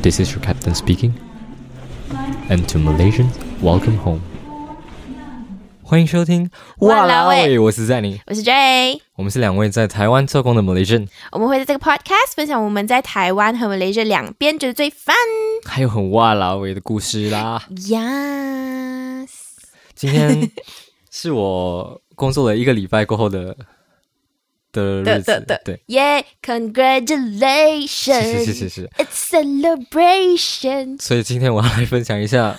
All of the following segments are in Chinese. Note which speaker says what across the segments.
Speaker 1: This is your captain speaking. And to Malaysians, welcome home. 欢迎收听
Speaker 2: 哇啦喂
Speaker 1: 我是在你，
Speaker 2: 我是 J，
Speaker 1: 我们是两位在台湾做工的 Malaysian，
Speaker 2: 我们会在这个 podcast 分享我们在台湾和 Malaysia 两边觉得最 fun
Speaker 1: 还有很哇啦喂的故事啦。
Speaker 2: 呀。
Speaker 1: 今天是我工作了一个礼拜过后的的日
Speaker 2: 的
Speaker 1: 子
Speaker 2: 的，的，
Speaker 1: 对，
Speaker 2: 耶！Congratulations，
Speaker 1: 是是是是是。
Speaker 2: ，It's celebration。
Speaker 1: 所以今天我要来分享一下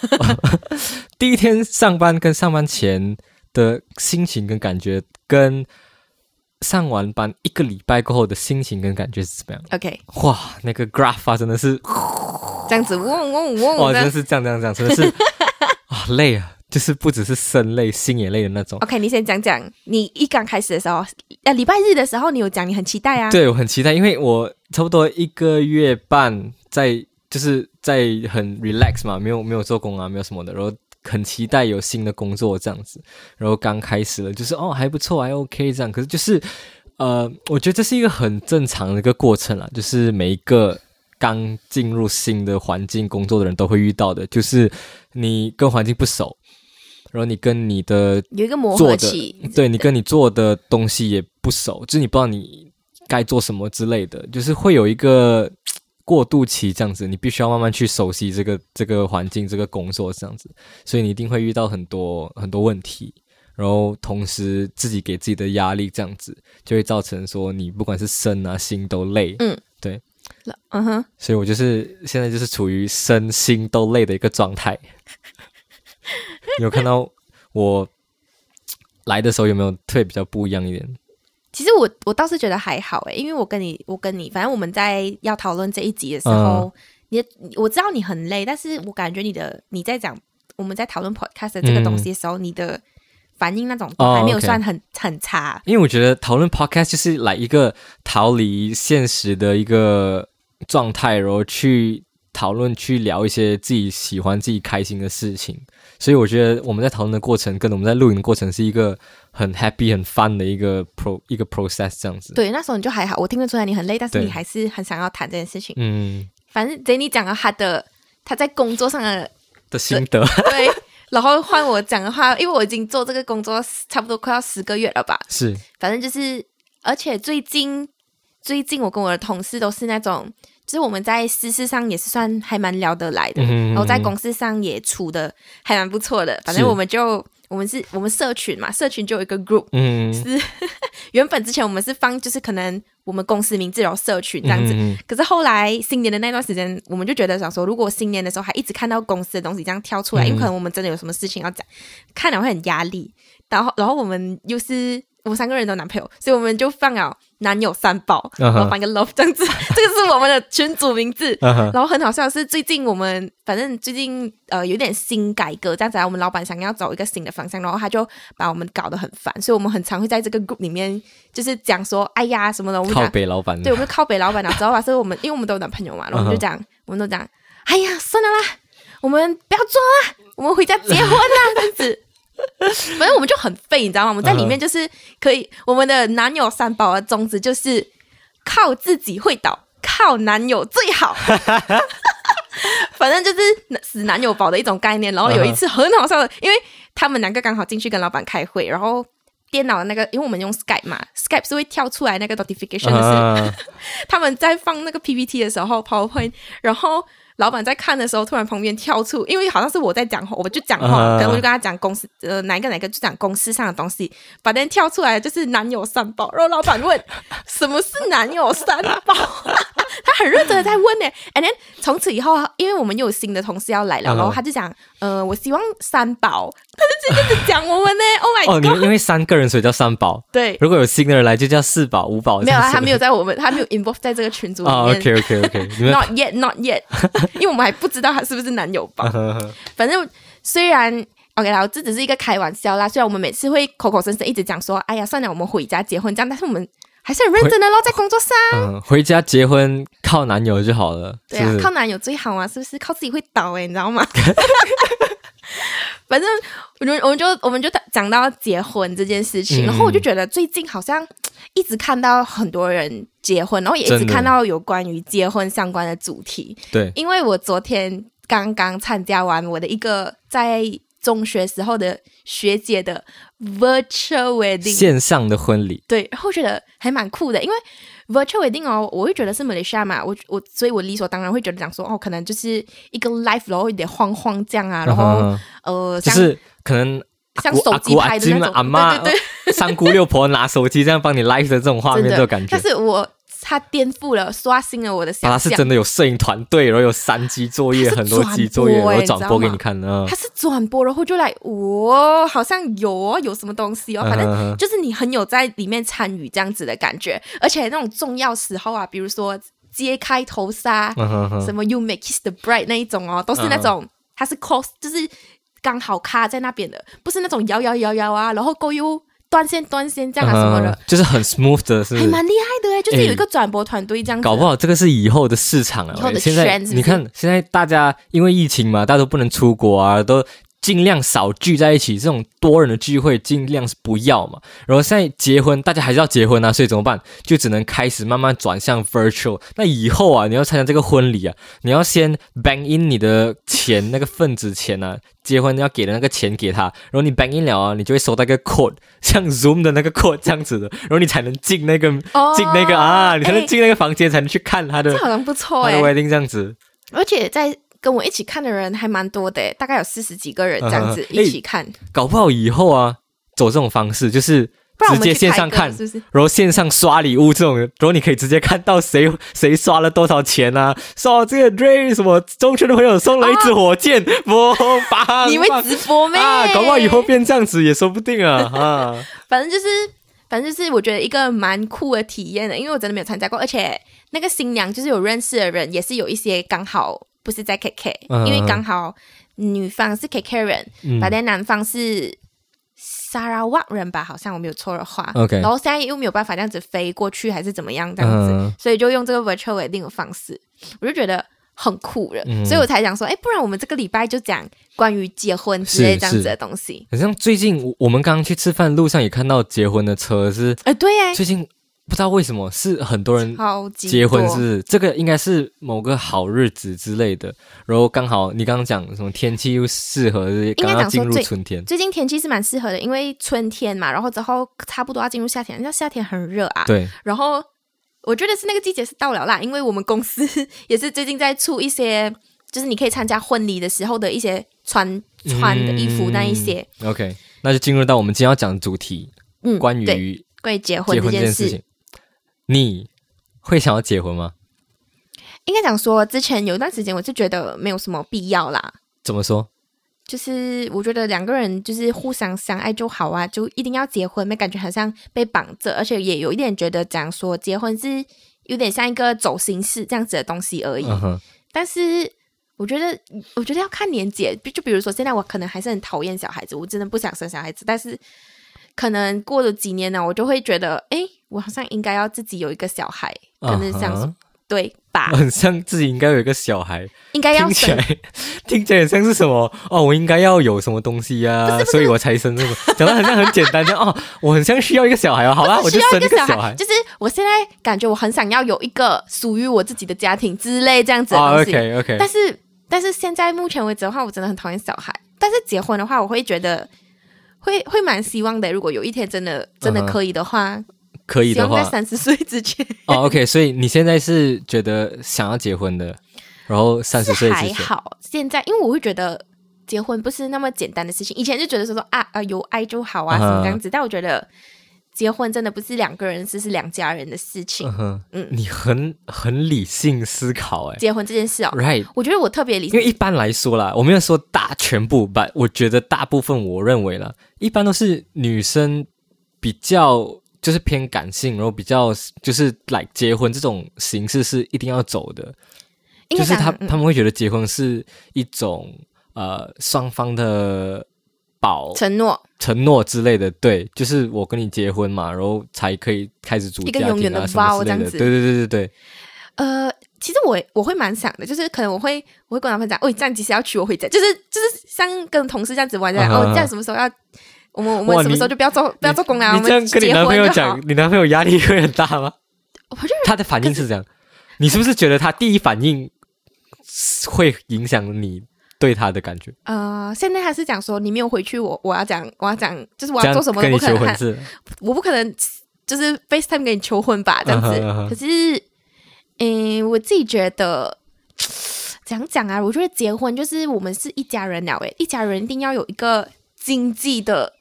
Speaker 1: 第一天上班跟上班前的心情跟感觉，跟上完班一个礼拜过后的心情跟感觉是怎么样的。
Speaker 2: OK，
Speaker 1: 哇，那个 graph 啊，真的是，
Speaker 2: 这样子，嗡嗡嗡，
Speaker 1: 哇，
Speaker 2: 这
Speaker 1: 真
Speaker 2: 样
Speaker 1: 的是这样这样这样，真的是 啊累啊，就是不只是身累，心也累的那种。
Speaker 2: OK，你先讲讲，你一刚开始的时候，呃，礼拜日的时候，你有讲你很期待啊。
Speaker 1: 对我很期待，因为我差不多一个月半在就是在很 relax 嘛，没有没有做工啊，没有什么的，然后很期待有新的工作这样子，然后刚开始了，就是哦还不错，还 OK 这样，可是就是呃，我觉得这是一个很正常的一个过程啦，就是每一个。刚进入新的环境工作的人都会遇到的，就是你跟环境不熟，然后你跟你的
Speaker 2: 有一个磨
Speaker 1: 做
Speaker 2: 合
Speaker 1: 的
Speaker 2: 期，，
Speaker 1: 对你跟你做的东西也不熟，就是你不知道你该做什么之类的，就是会有一个过渡期这样子，你必须要慢慢去熟悉这个这个环境、这个工作这样子，所以你一定会遇到很多很多问题，然后同时自己给自己的压力这样子，就会造成说你不管是身啊心都累，
Speaker 2: 嗯，
Speaker 1: 对，
Speaker 2: 嗯哼，
Speaker 1: 所以我就是现在就是处于身心都累的一个状态。你有看到我来的时候有没有特别比较不一样一点？
Speaker 2: 其实我我倒是觉得还好诶，因为我跟你，我跟你，反正我们在要讨论这一集的时
Speaker 1: 嗯
Speaker 2: 候，你的你我知道你很累，但是我感觉你的你在讲我们在讨论 podcast 的这个东西的时候，你的反应那种
Speaker 1: 嗯哦
Speaker 2: 还没有
Speaker 1: OK
Speaker 2: 算很、很差。
Speaker 1: 因为我觉得讨论 podcast 就是来一个逃离现实的一个状态，然后去讨论、去聊一些自己喜欢、自己开心的事情。所以我觉得我们在讨论的过程跟我们在录影的过程是一个很 happy、很 fun 的一个 pro 一个 process 这样子。，
Speaker 2: 对，那时候你就还好，我听得出来你很累，但是
Speaker 1: 对
Speaker 2: 你还是很想要谈这件事情。
Speaker 1: 嗯，
Speaker 2: 反正 Jenny 讲了他的他在工作上的
Speaker 1: 的心得。
Speaker 2: 对，然后换我讲的话，因为我已经做这个工作差不多快要十个月了吧，
Speaker 1: 是，
Speaker 2: 反正就是，而且最近最近我跟我的同事都是那种，就是我们在私事上也是算还蛮聊得来的，
Speaker 1: 嗯
Speaker 2: 然后在公司上也处的还蛮不错的。反正
Speaker 1: 是
Speaker 2: 我们就我们是我们社群嘛，社群就有一个 group，
Speaker 1: 嗯，
Speaker 2: 原本之前我们是放就是可能我们公司名字然后社群这样子。
Speaker 1: 嗯
Speaker 2: 可是后来新年的那段时间，我们就觉得想说，如果新年的时候还一直看到公司的东西这样跳出来，
Speaker 1: 嗯
Speaker 2: 因为可能我们真的有什么事情要讲，看了会很压力。然后，然后我们又是我们三个人都有男朋友，所以我们就放了男友三宝，
Speaker 1: 嗯
Speaker 2: 然
Speaker 1: 哼
Speaker 2: 后放一个 love 这样子， 这个是我们的群组名字。
Speaker 1: 嗯哼
Speaker 2: 然后很好笑的是，最近我们反正最近呃有点新改革这样子啊，我们老板想要走一个新的方向，然后他就把我们搞得很烦，所以我们很常会在这个 group 里面就是讲说，哎呀什么的，我们
Speaker 1: 靠
Speaker 2: 讲
Speaker 1: 北老板，嗯
Speaker 2: 对，我们就靠北老板了，知道啊吧？所以我们因为我们都有男朋友嘛，然后我们就讲，我们都讲，哎呀，算了啦，我们不要做啦，我们回家结婚啦，这样子。反正我们就很废，你知道吗？我们在里
Speaker 1: 嗯
Speaker 2: 面就是可以，我们的男友三宝的宗旨就是靠自己会倒，靠男友 最好。反正就是死男友宝的一种概念。然后有
Speaker 1: 嗯
Speaker 2: 一次很好笑的，因为他们两个刚好进去跟老板开会，然后电脑的那个，因为我们用 Skype 嘛，Skype 是会跳出来那个 notification 的是
Speaker 1: 啊
Speaker 2: 他们在放那个 PPT 的时候 PowerPoint，然后老板在看的时候，突然旁边跳出，因为好像是我在讲话，我就讲话，
Speaker 1: 啊
Speaker 2: 可能我就跟他讲公司呃哪一个哪一个就讲公司上的东西，把那跳出来就是男友三宝，然后老板问什么是男友三宝，他很认真的在问呢。And 欸 then 从此以后，因为我们又有新的同事要来了，
Speaker 1: 嗯
Speaker 2: 然后他就讲呃我希望三宝，他就直接讲我们呢，Oh
Speaker 1: 哦，
Speaker 2: my
Speaker 1: 你
Speaker 2: god，、
Speaker 1: 们因为三个人所以叫三宝，
Speaker 2: 对。
Speaker 1: 如果有新的人来就叫四宝、五宝。
Speaker 2: 没有啊，他没
Speaker 1: 有。
Speaker 2: 有在我们，他没有 involve 在这个群组里面。
Speaker 1: 啊，OK OK OK，你们
Speaker 2: Not yet, not yet，因 为我们还不知道他是不是男友
Speaker 1: 嗯
Speaker 2: 吧。反正虽然 OK 啦，这只是一个开玩笑啦。虽然我们每次会口口声声一直讲说，哎呀，算了，我们回家结婚这样，但是我们还是很认真的
Speaker 1: 哦
Speaker 2: 咯，在工作上。
Speaker 1: 嗯， 回家结婚靠男友就好了，
Speaker 2: 对
Speaker 1: 是
Speaker 2: 啊
Speaker 1: 不，是
Speaker 2: 欸靠男友最好啊，是不是？靠自己会倒哎、你知道吗？反正我们我们就我们就讲到结婚这件事情，
Speaker 1: 嗯
Speaker 2: 然后我就觉得最近好像一直看到很多人结婚，然后也一直
Speaker 1: 真的
Speaker 2: 看到有关于结婚相关的主题。
Speaker 1: 对，
Speaker 2: 因为我昨天刚刚参加完我的一个在中学时候的学姐的 virtual wedding，
Speaker 1: 线上的婚礼，
Speaker 2: 对，然后觉得还蛮酷的，因为 virtual wedding 哦，我会觉得是马来西亚嘛，我我所以我理所当然会觉得讲说哦，可能就是一个 live，然后有点晃晃这样啊，然后、
Speaker 1: 嗯哼
Speaker 2: 呃，
Speaker 1: 就
Speaker 2: 像
Speaker 1: 是可能
Speaker 2: 像
Speaker 1: 阿姑
Speaker 2: 手机
Speaker 1: 阿姑
Speaker 2: 拍
Speaker 1: 阿
Speaker 2: 的那
Speaker 1: 舅
Speaker 2: 种
Speaker 1: 阿妈
Speaker 2: 对对
Speaker 1: 三姑六婆拿手机这样帮你 live 的这种画面，
Speaker 2: 真
Speaker 1: 这
Speaker 2: 的
Speaker 1: 种感觉
Speaker 2: 但。是我它颠覆了、刷新了我的
Speaker 1: 啊，
Speaker 2: 想
Speaker 1: 他是
Speaker 2: 象。
Speaker 1: 真的有摄影团队，然后有三机作业，
Speaker 2: 它是
Speaker 1: 很多机作业，
Speaker 2: 转播
Speaker 1: 然
Speaker 2: 欸
Speaker 1: 后转播给你
Speaker 2: 你
Speaker 1: 看啊。
Speaker 2: 它是转播，然后就来，哦，好像有哦，有什么东西哦，
Speaker 1: 嗯
Speaker 2: 反正
Speaker 1: 正
Speaker 2: 就是你很有在里面参与这样子的感觉，而且那种重要时候啊，比如说揭开头纱，
Speaker 1: 嗯
Speaker 2: 什么 You May Kiss the Bride 那一种哦，都是那种、它是 close，就是刚好卡在那边的，不是那种摇摇摇摇啊，然后过又断线断线这样啊什么的，
Speaker 1: 就是很 smooth 的，是不嗯
Speaker 2: 还
Speaker 1: 是
Speaker 2: 蛮厉害的哎，就是有一个转播团队这样子，
Speaker 1: 搞不好这个是以后的市场啊
Speaker 2: 以后！的
Speaker 1: 现在
Speaker 2: trend，是不是
Speaker 1: 你看，现在大家因为疫情嘛，大家都不能出国啊，都尽量少聚在一起。这种多人的聚会尽量是不要嘛。然后现在结婚，大家还是要结婚啊，所以怎么办？就只能开始慢慢转向 virtual。那以后啊，你要参加这个婚礼啊，你要先 bank in 你的钱，那个份子钱啊，结婚要给的那个钱给他，然后你 bank in 了啊，你就会收到一个 code，像 Zoom 的那个 code 这样子的，然后你才能进那个
Speaker 2: 哦
Speaker 1: 进那个啊，你才能
Speaker 2: 哎
Speaker 1: 进那个房间，才能去看他的
Speaker 2: 这好像不
Speaker 1: 他
Speaker 2: 错哎
Speaker 1: 的，wedding 这样子。
Speaker 2: 而且在。跟我一起看的人还蛮多的，大概有四十几个人这样子
Speaker 1: 嗯
Speaker 2: 一起看，
Speaker 1: 搞不好以后啊，走这种方式就是
Speaker 2: 不然我
Speaker 1: 直
Speaker 2: 们去
Speaker 1: 接线
Speaker 2: 开
Speaker 1: 上
Speaker 2: 歌
Speaker 1: 看，
Speaker 2: 是不是？
Speaker 1: 然后线上刷礼物这种，然后你可以直接看到谁谁刷了多少钱啊，刷这个 Ray 什么中秋的朋友送了一支火 箭，哇、棒！
Speaker 2: 你会
Speaker 1: 棒
Speaker 2: 直播咩？
Speaker 1: 啊，搞不好以后变这样子也说不定 啊啊！
Speaker 2: 反正就是，反正就是，我觉得一个蛮酷的体验的，因为我真的没有参加过，而且那个新娘就是有认识的人，也是有一些刚好不是在 KK，、
Speaker 1: 嗯
Speaker 2: 因为刚好女方是 KK 人，
Speaker 1: 嗯
Speaker 2: 反、正男方是沙拉旺人吧，好像我没有错的话。
Speaker 1: OK
Speaker 2: 然后现在又没有办法这样子飞过去，还是怎么样这样子，
Speaker 1: 嗯
Speaker 2: 所以就用这个 virtual wedding 的方式，我就觉得。很酷了，
Speaker 1: 嗯
Speaker 2: 所以我才想说，哎、不然我们这个礼拜就讲关于结婚之类
Speaker 1: 是
Speaker 2: 这样子
Speaker 1: 是
Speaker 2: 的东西。
Speaker 1: 好像最近我我们刚刚去吃饭路上也看到结婚的车是，
Speaker 2: 哎、对哎，
Speaker 1: 最近不知道为什么是很多人
Speaker 2: 超级
Speaker 1: 结婚
Speaker 2: 多
Speaker 1: 是不是这个应该是某个好日子之类的，然后刚好你刚刚讲什么天气又适合，
Speaker 2: 该
Speaker 1: 刚
Speaker 2: 讲
Speaker 1: 刚
Speaker 2: 说
Speaker 1: 进入
Speaker 2: 最
Speaker 1: 春天，
Speaker 2: 最近天气是蛮适合的，因为春天嘛，然后之后差不多要进入夏天，那夏天很热啊。
Speaker 1: 对，
Speaker 2: 然后我觉得是那个季节是到了啦，因为我们公司 也是最近在出一些，就是你可以参加婚礼的时候的一些穿穿的衣服那一些，
Speaker 1: 嗯 OK，那就进入到我们今天要讲的主题，
Speaker 2: 嗯，
Speaker 1: 关于
Speaker 2: 对
Speaker 1: 结
Speaker 2: 关于结婚这
Speaker 1: 婚这
Speaker 2: 件
Speaker 1: 件
Speaker 2: 事
Speaker 1: 事，情。你会想要结婚吗？
Speaker 2: 应该讲说之前有一段时间我就觉得没有什么必要啦。
Speaker 1: 怎么说？
Speaker 2: 就是我觉得两个人就是互相相爱就好啊，就一定要结婚，没感觉好像被绑着，而且也有一点觉得讲说结婚是有点像一个走形式这样子的东西而已。
Speaker 1: 嗯哼，
Speaker 2: 但是我觉得，我觉得要看年纪，就就比如说现在我可能还是很讨厌小孩子，我真的不想生小孩子，但是可能过了几年呢，我就会觉得，诶，我好像应该要自己有一个小孩，可能想、
Speaker 1: 嗯
Speaker 2: 对 吧
Speaker 1: 哼，？很像自己应该有一个小孩，
Speaker 2: 应该要
Speaker 1: 听起
Speaker 2: 生
Speaker 1: 来 听起来很像是什么哦，我应该要有什么东西呀、所以我才生这个，讲的很像很简单，这样哦，我很像需要一个小孩哦，好啦，我就
Speaker 2: 需要
Speaker 1: 生
Speaker 2: 一个
Speaker 1: 个
Speaker 2: 小
Speaker 1: 小孩。
Speaker 2: 就是我现在感觉我很想要有一个属于我自己的家庭之类这样子的
Speaker 1: 哦
Speaker 2: 东西。
Speaker 1: ，OK OK，
Speaker 2: 但是，但是现在目前为止的话，我真的很讨厌小孩。但是结婚的话，我会觉得会会蛮希望的。如果有一天真的真的
Speaker 1: 嗯哼
Speaker 2: 可以的话，
Speaker 1: 可以
Speaker 2: 希
Speaker 1: 的
Speaker 2: 望在
Speaker 1: 话，
Speaker 2: 三十岁之前
Speaker 1: 哦，OK，所以你现在是觉得想要结婚的，然后三十岁之
Speaker 2: 还
Speaker 1: 前，
Speaker 2: 好。现在因为我会觉得结婚不是那么简单的事情，以前就觉得说说啊啊有爱就好啊
Speaker 1: 嗯
Speaker 2: 什
Speaker 1: 哼
Speaker 2: 么这样子，但我觉得。结婚真的不是两个人，这是两家人的事情
Speaker 1: 嗯。哼，
Speaker 2: 嗯
Speaker 1: 你很很理性思考，哎
Speaker 2: 结婚这件事哦，
Speaker 1: ，right。
Speaker 2: 我觉得我特别理
Speaker 1: 因为
Speaker 2: 性，
Speaker 1: 一般来说啦，我没有说大全部吧，我觉得大部分我认为啦，一般都是女生比较就是偏感性，然后比较就是来结婚这种形式是一定要走的，
Speaker 2: 应
Speaker 1: 就
Speaker 2: 该
Speaker 1: 是
Speaker 2: 讲
Speaker 1: 他
Speaker 2: 嗯
Speaker 1: 他们会觉得结婚是一种呃双方的保
Speaker 2: 承诺，
Speaker 1: 承诺之类的，对，就是我跟你结婚嘛，然后才可以开始组
Speaker 2: 一个
Speaker 1: 家
Speaker 2: 永远
Speaker 1: 庭
Speaker 2: 的
Speaker 1: 啊什么
Speaker 2: vow
Speaker 1: 之类
Speaker 2: 这
Speaker 1: 的，
Speaker 2: 样子
Speaker 1: 对对对对对，
Speaker 2: 呃，其实我我会蛮想的，就是可能我会我会跟我男朋友讲，喂、这样几时要娶我回家？就是就是像跟同事这样子玩的，
Speaker 1: 啊哈
Speaker 2: 哦，这样什么时候要我们我
Speaker 1: 哇
Speaker 2: 们什么
Speaker 1: 你
Speaker 2: 时候就不要做不要做工啊了，我
Speaker 1: 你这
Speaker 2: 们
Speaker 1: 样跟你
Speaker 2: 结
Speaker 1: 男朋友
Speaker 2: 婚就好
Speaker 1: 讲。，你男朋友压力会很大 吗？
Speaker 2: 我就
Speaker 1: 他的反应是这样，你是不是觉得他第一反应是会影响你对他的感觉？
Speaker 2: 呃，现在还是讲说你没有回去我，我要讲我要讲，就是我
Speaker 1: 这样
Speaker 2: 要做什么都
Speaker 1: 跟
Speaker 2: 不
Speaker 1: 你
Speaker 2: 可
Speaker 1: 求
Speaker 2: 能
Speaker 1: 婚
Speaker 2: 喊，
Speaker 1: 是
Speaker 2: 我不可能就是 FaceTime 跟你求婚吧，这样子。
Speaker 1: 嗯哼嗯哼
Speaker 2: 可是，嗯、我自己觉得怎样讲啊？我觉得结婚就是我们是一家人了，诶，一家人一定要有一个经济的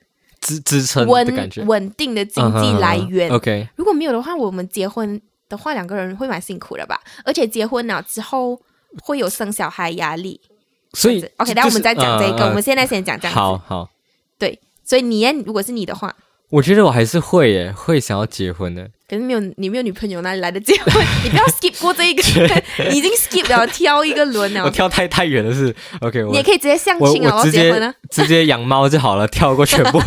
Speaker 1: 支支撑嗯的感
Speaker 2: 稳
Speaker 1: 觉，嗯
Speaker 2: 稳定的经济来源。
Speaker 1: OK，
Speaker 2: 如果没有的话，我们结婚的话，两个人会蛮辛苦的吧？而且结婚了之后会有生小孩压力。
Speaker 1: 所以呃
Speaker 2: OK，那我们再讲这个，我们现在先讲这样
Speaker 1: 嗯
Speaker 2: 子。
Speaker 1: 好好。
Speaker 2: 对，所以你耶如果是你的话，
Speaker 1: 我觉得我还是会耶，会想要结婚的。
Speaker 2: 可是没有你没有女朋友，哪里来的结婚？你不要 skip 过这一个，你已经 skip 了，挑一个轮
Speaker 1: 我
Speaker 2: 了。
Speaker 1: 跳太太远了是 OK，我
Speaker 2: 你也可以直接相
Speaker 1: 我
Speaker 2: 亲啊，
Speaker 1: 我
Speaker 2: 要
Speaker 1: 直
Speaker 2: 结婚啊
Speaker 1: 接！直接养猫就好了， 跳过全部，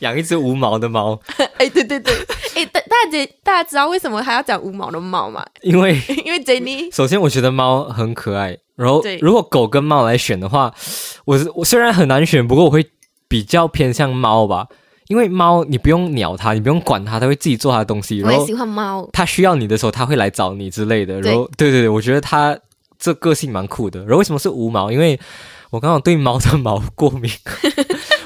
Speaker 1: 养一只无毛的猫，
Speaker 2: 哎，对对对，哎，大大家大家知道为什么还要讲无毛的猫吗？
Speaker 1: 因为
Speaker 2: 因为 Jenny
Speaker 1: 首先，我觉得猫很可爱。然后
Speaker 2: 对，
Speaker 1: 如果狗跟猫来选的话，我是我虽然很难选，不过我会比较偏向猫吧，因为猫你不用鸟它，你不用管它，它会自己做它的东西。
Speaker 2: 我
Speaker 1: 然
Speaker 2: 也
Speaker 1: 后
Speaker 2: 喜欢猫，
Speaker 1: 它需要你的时候，它会来找你之类的。
Speaker 2: 对
Speaker 1: 然后，对对对，我觉得它这个性蛮酷的。然后为什么是无毛？因为我刚好对猫的毛过敏，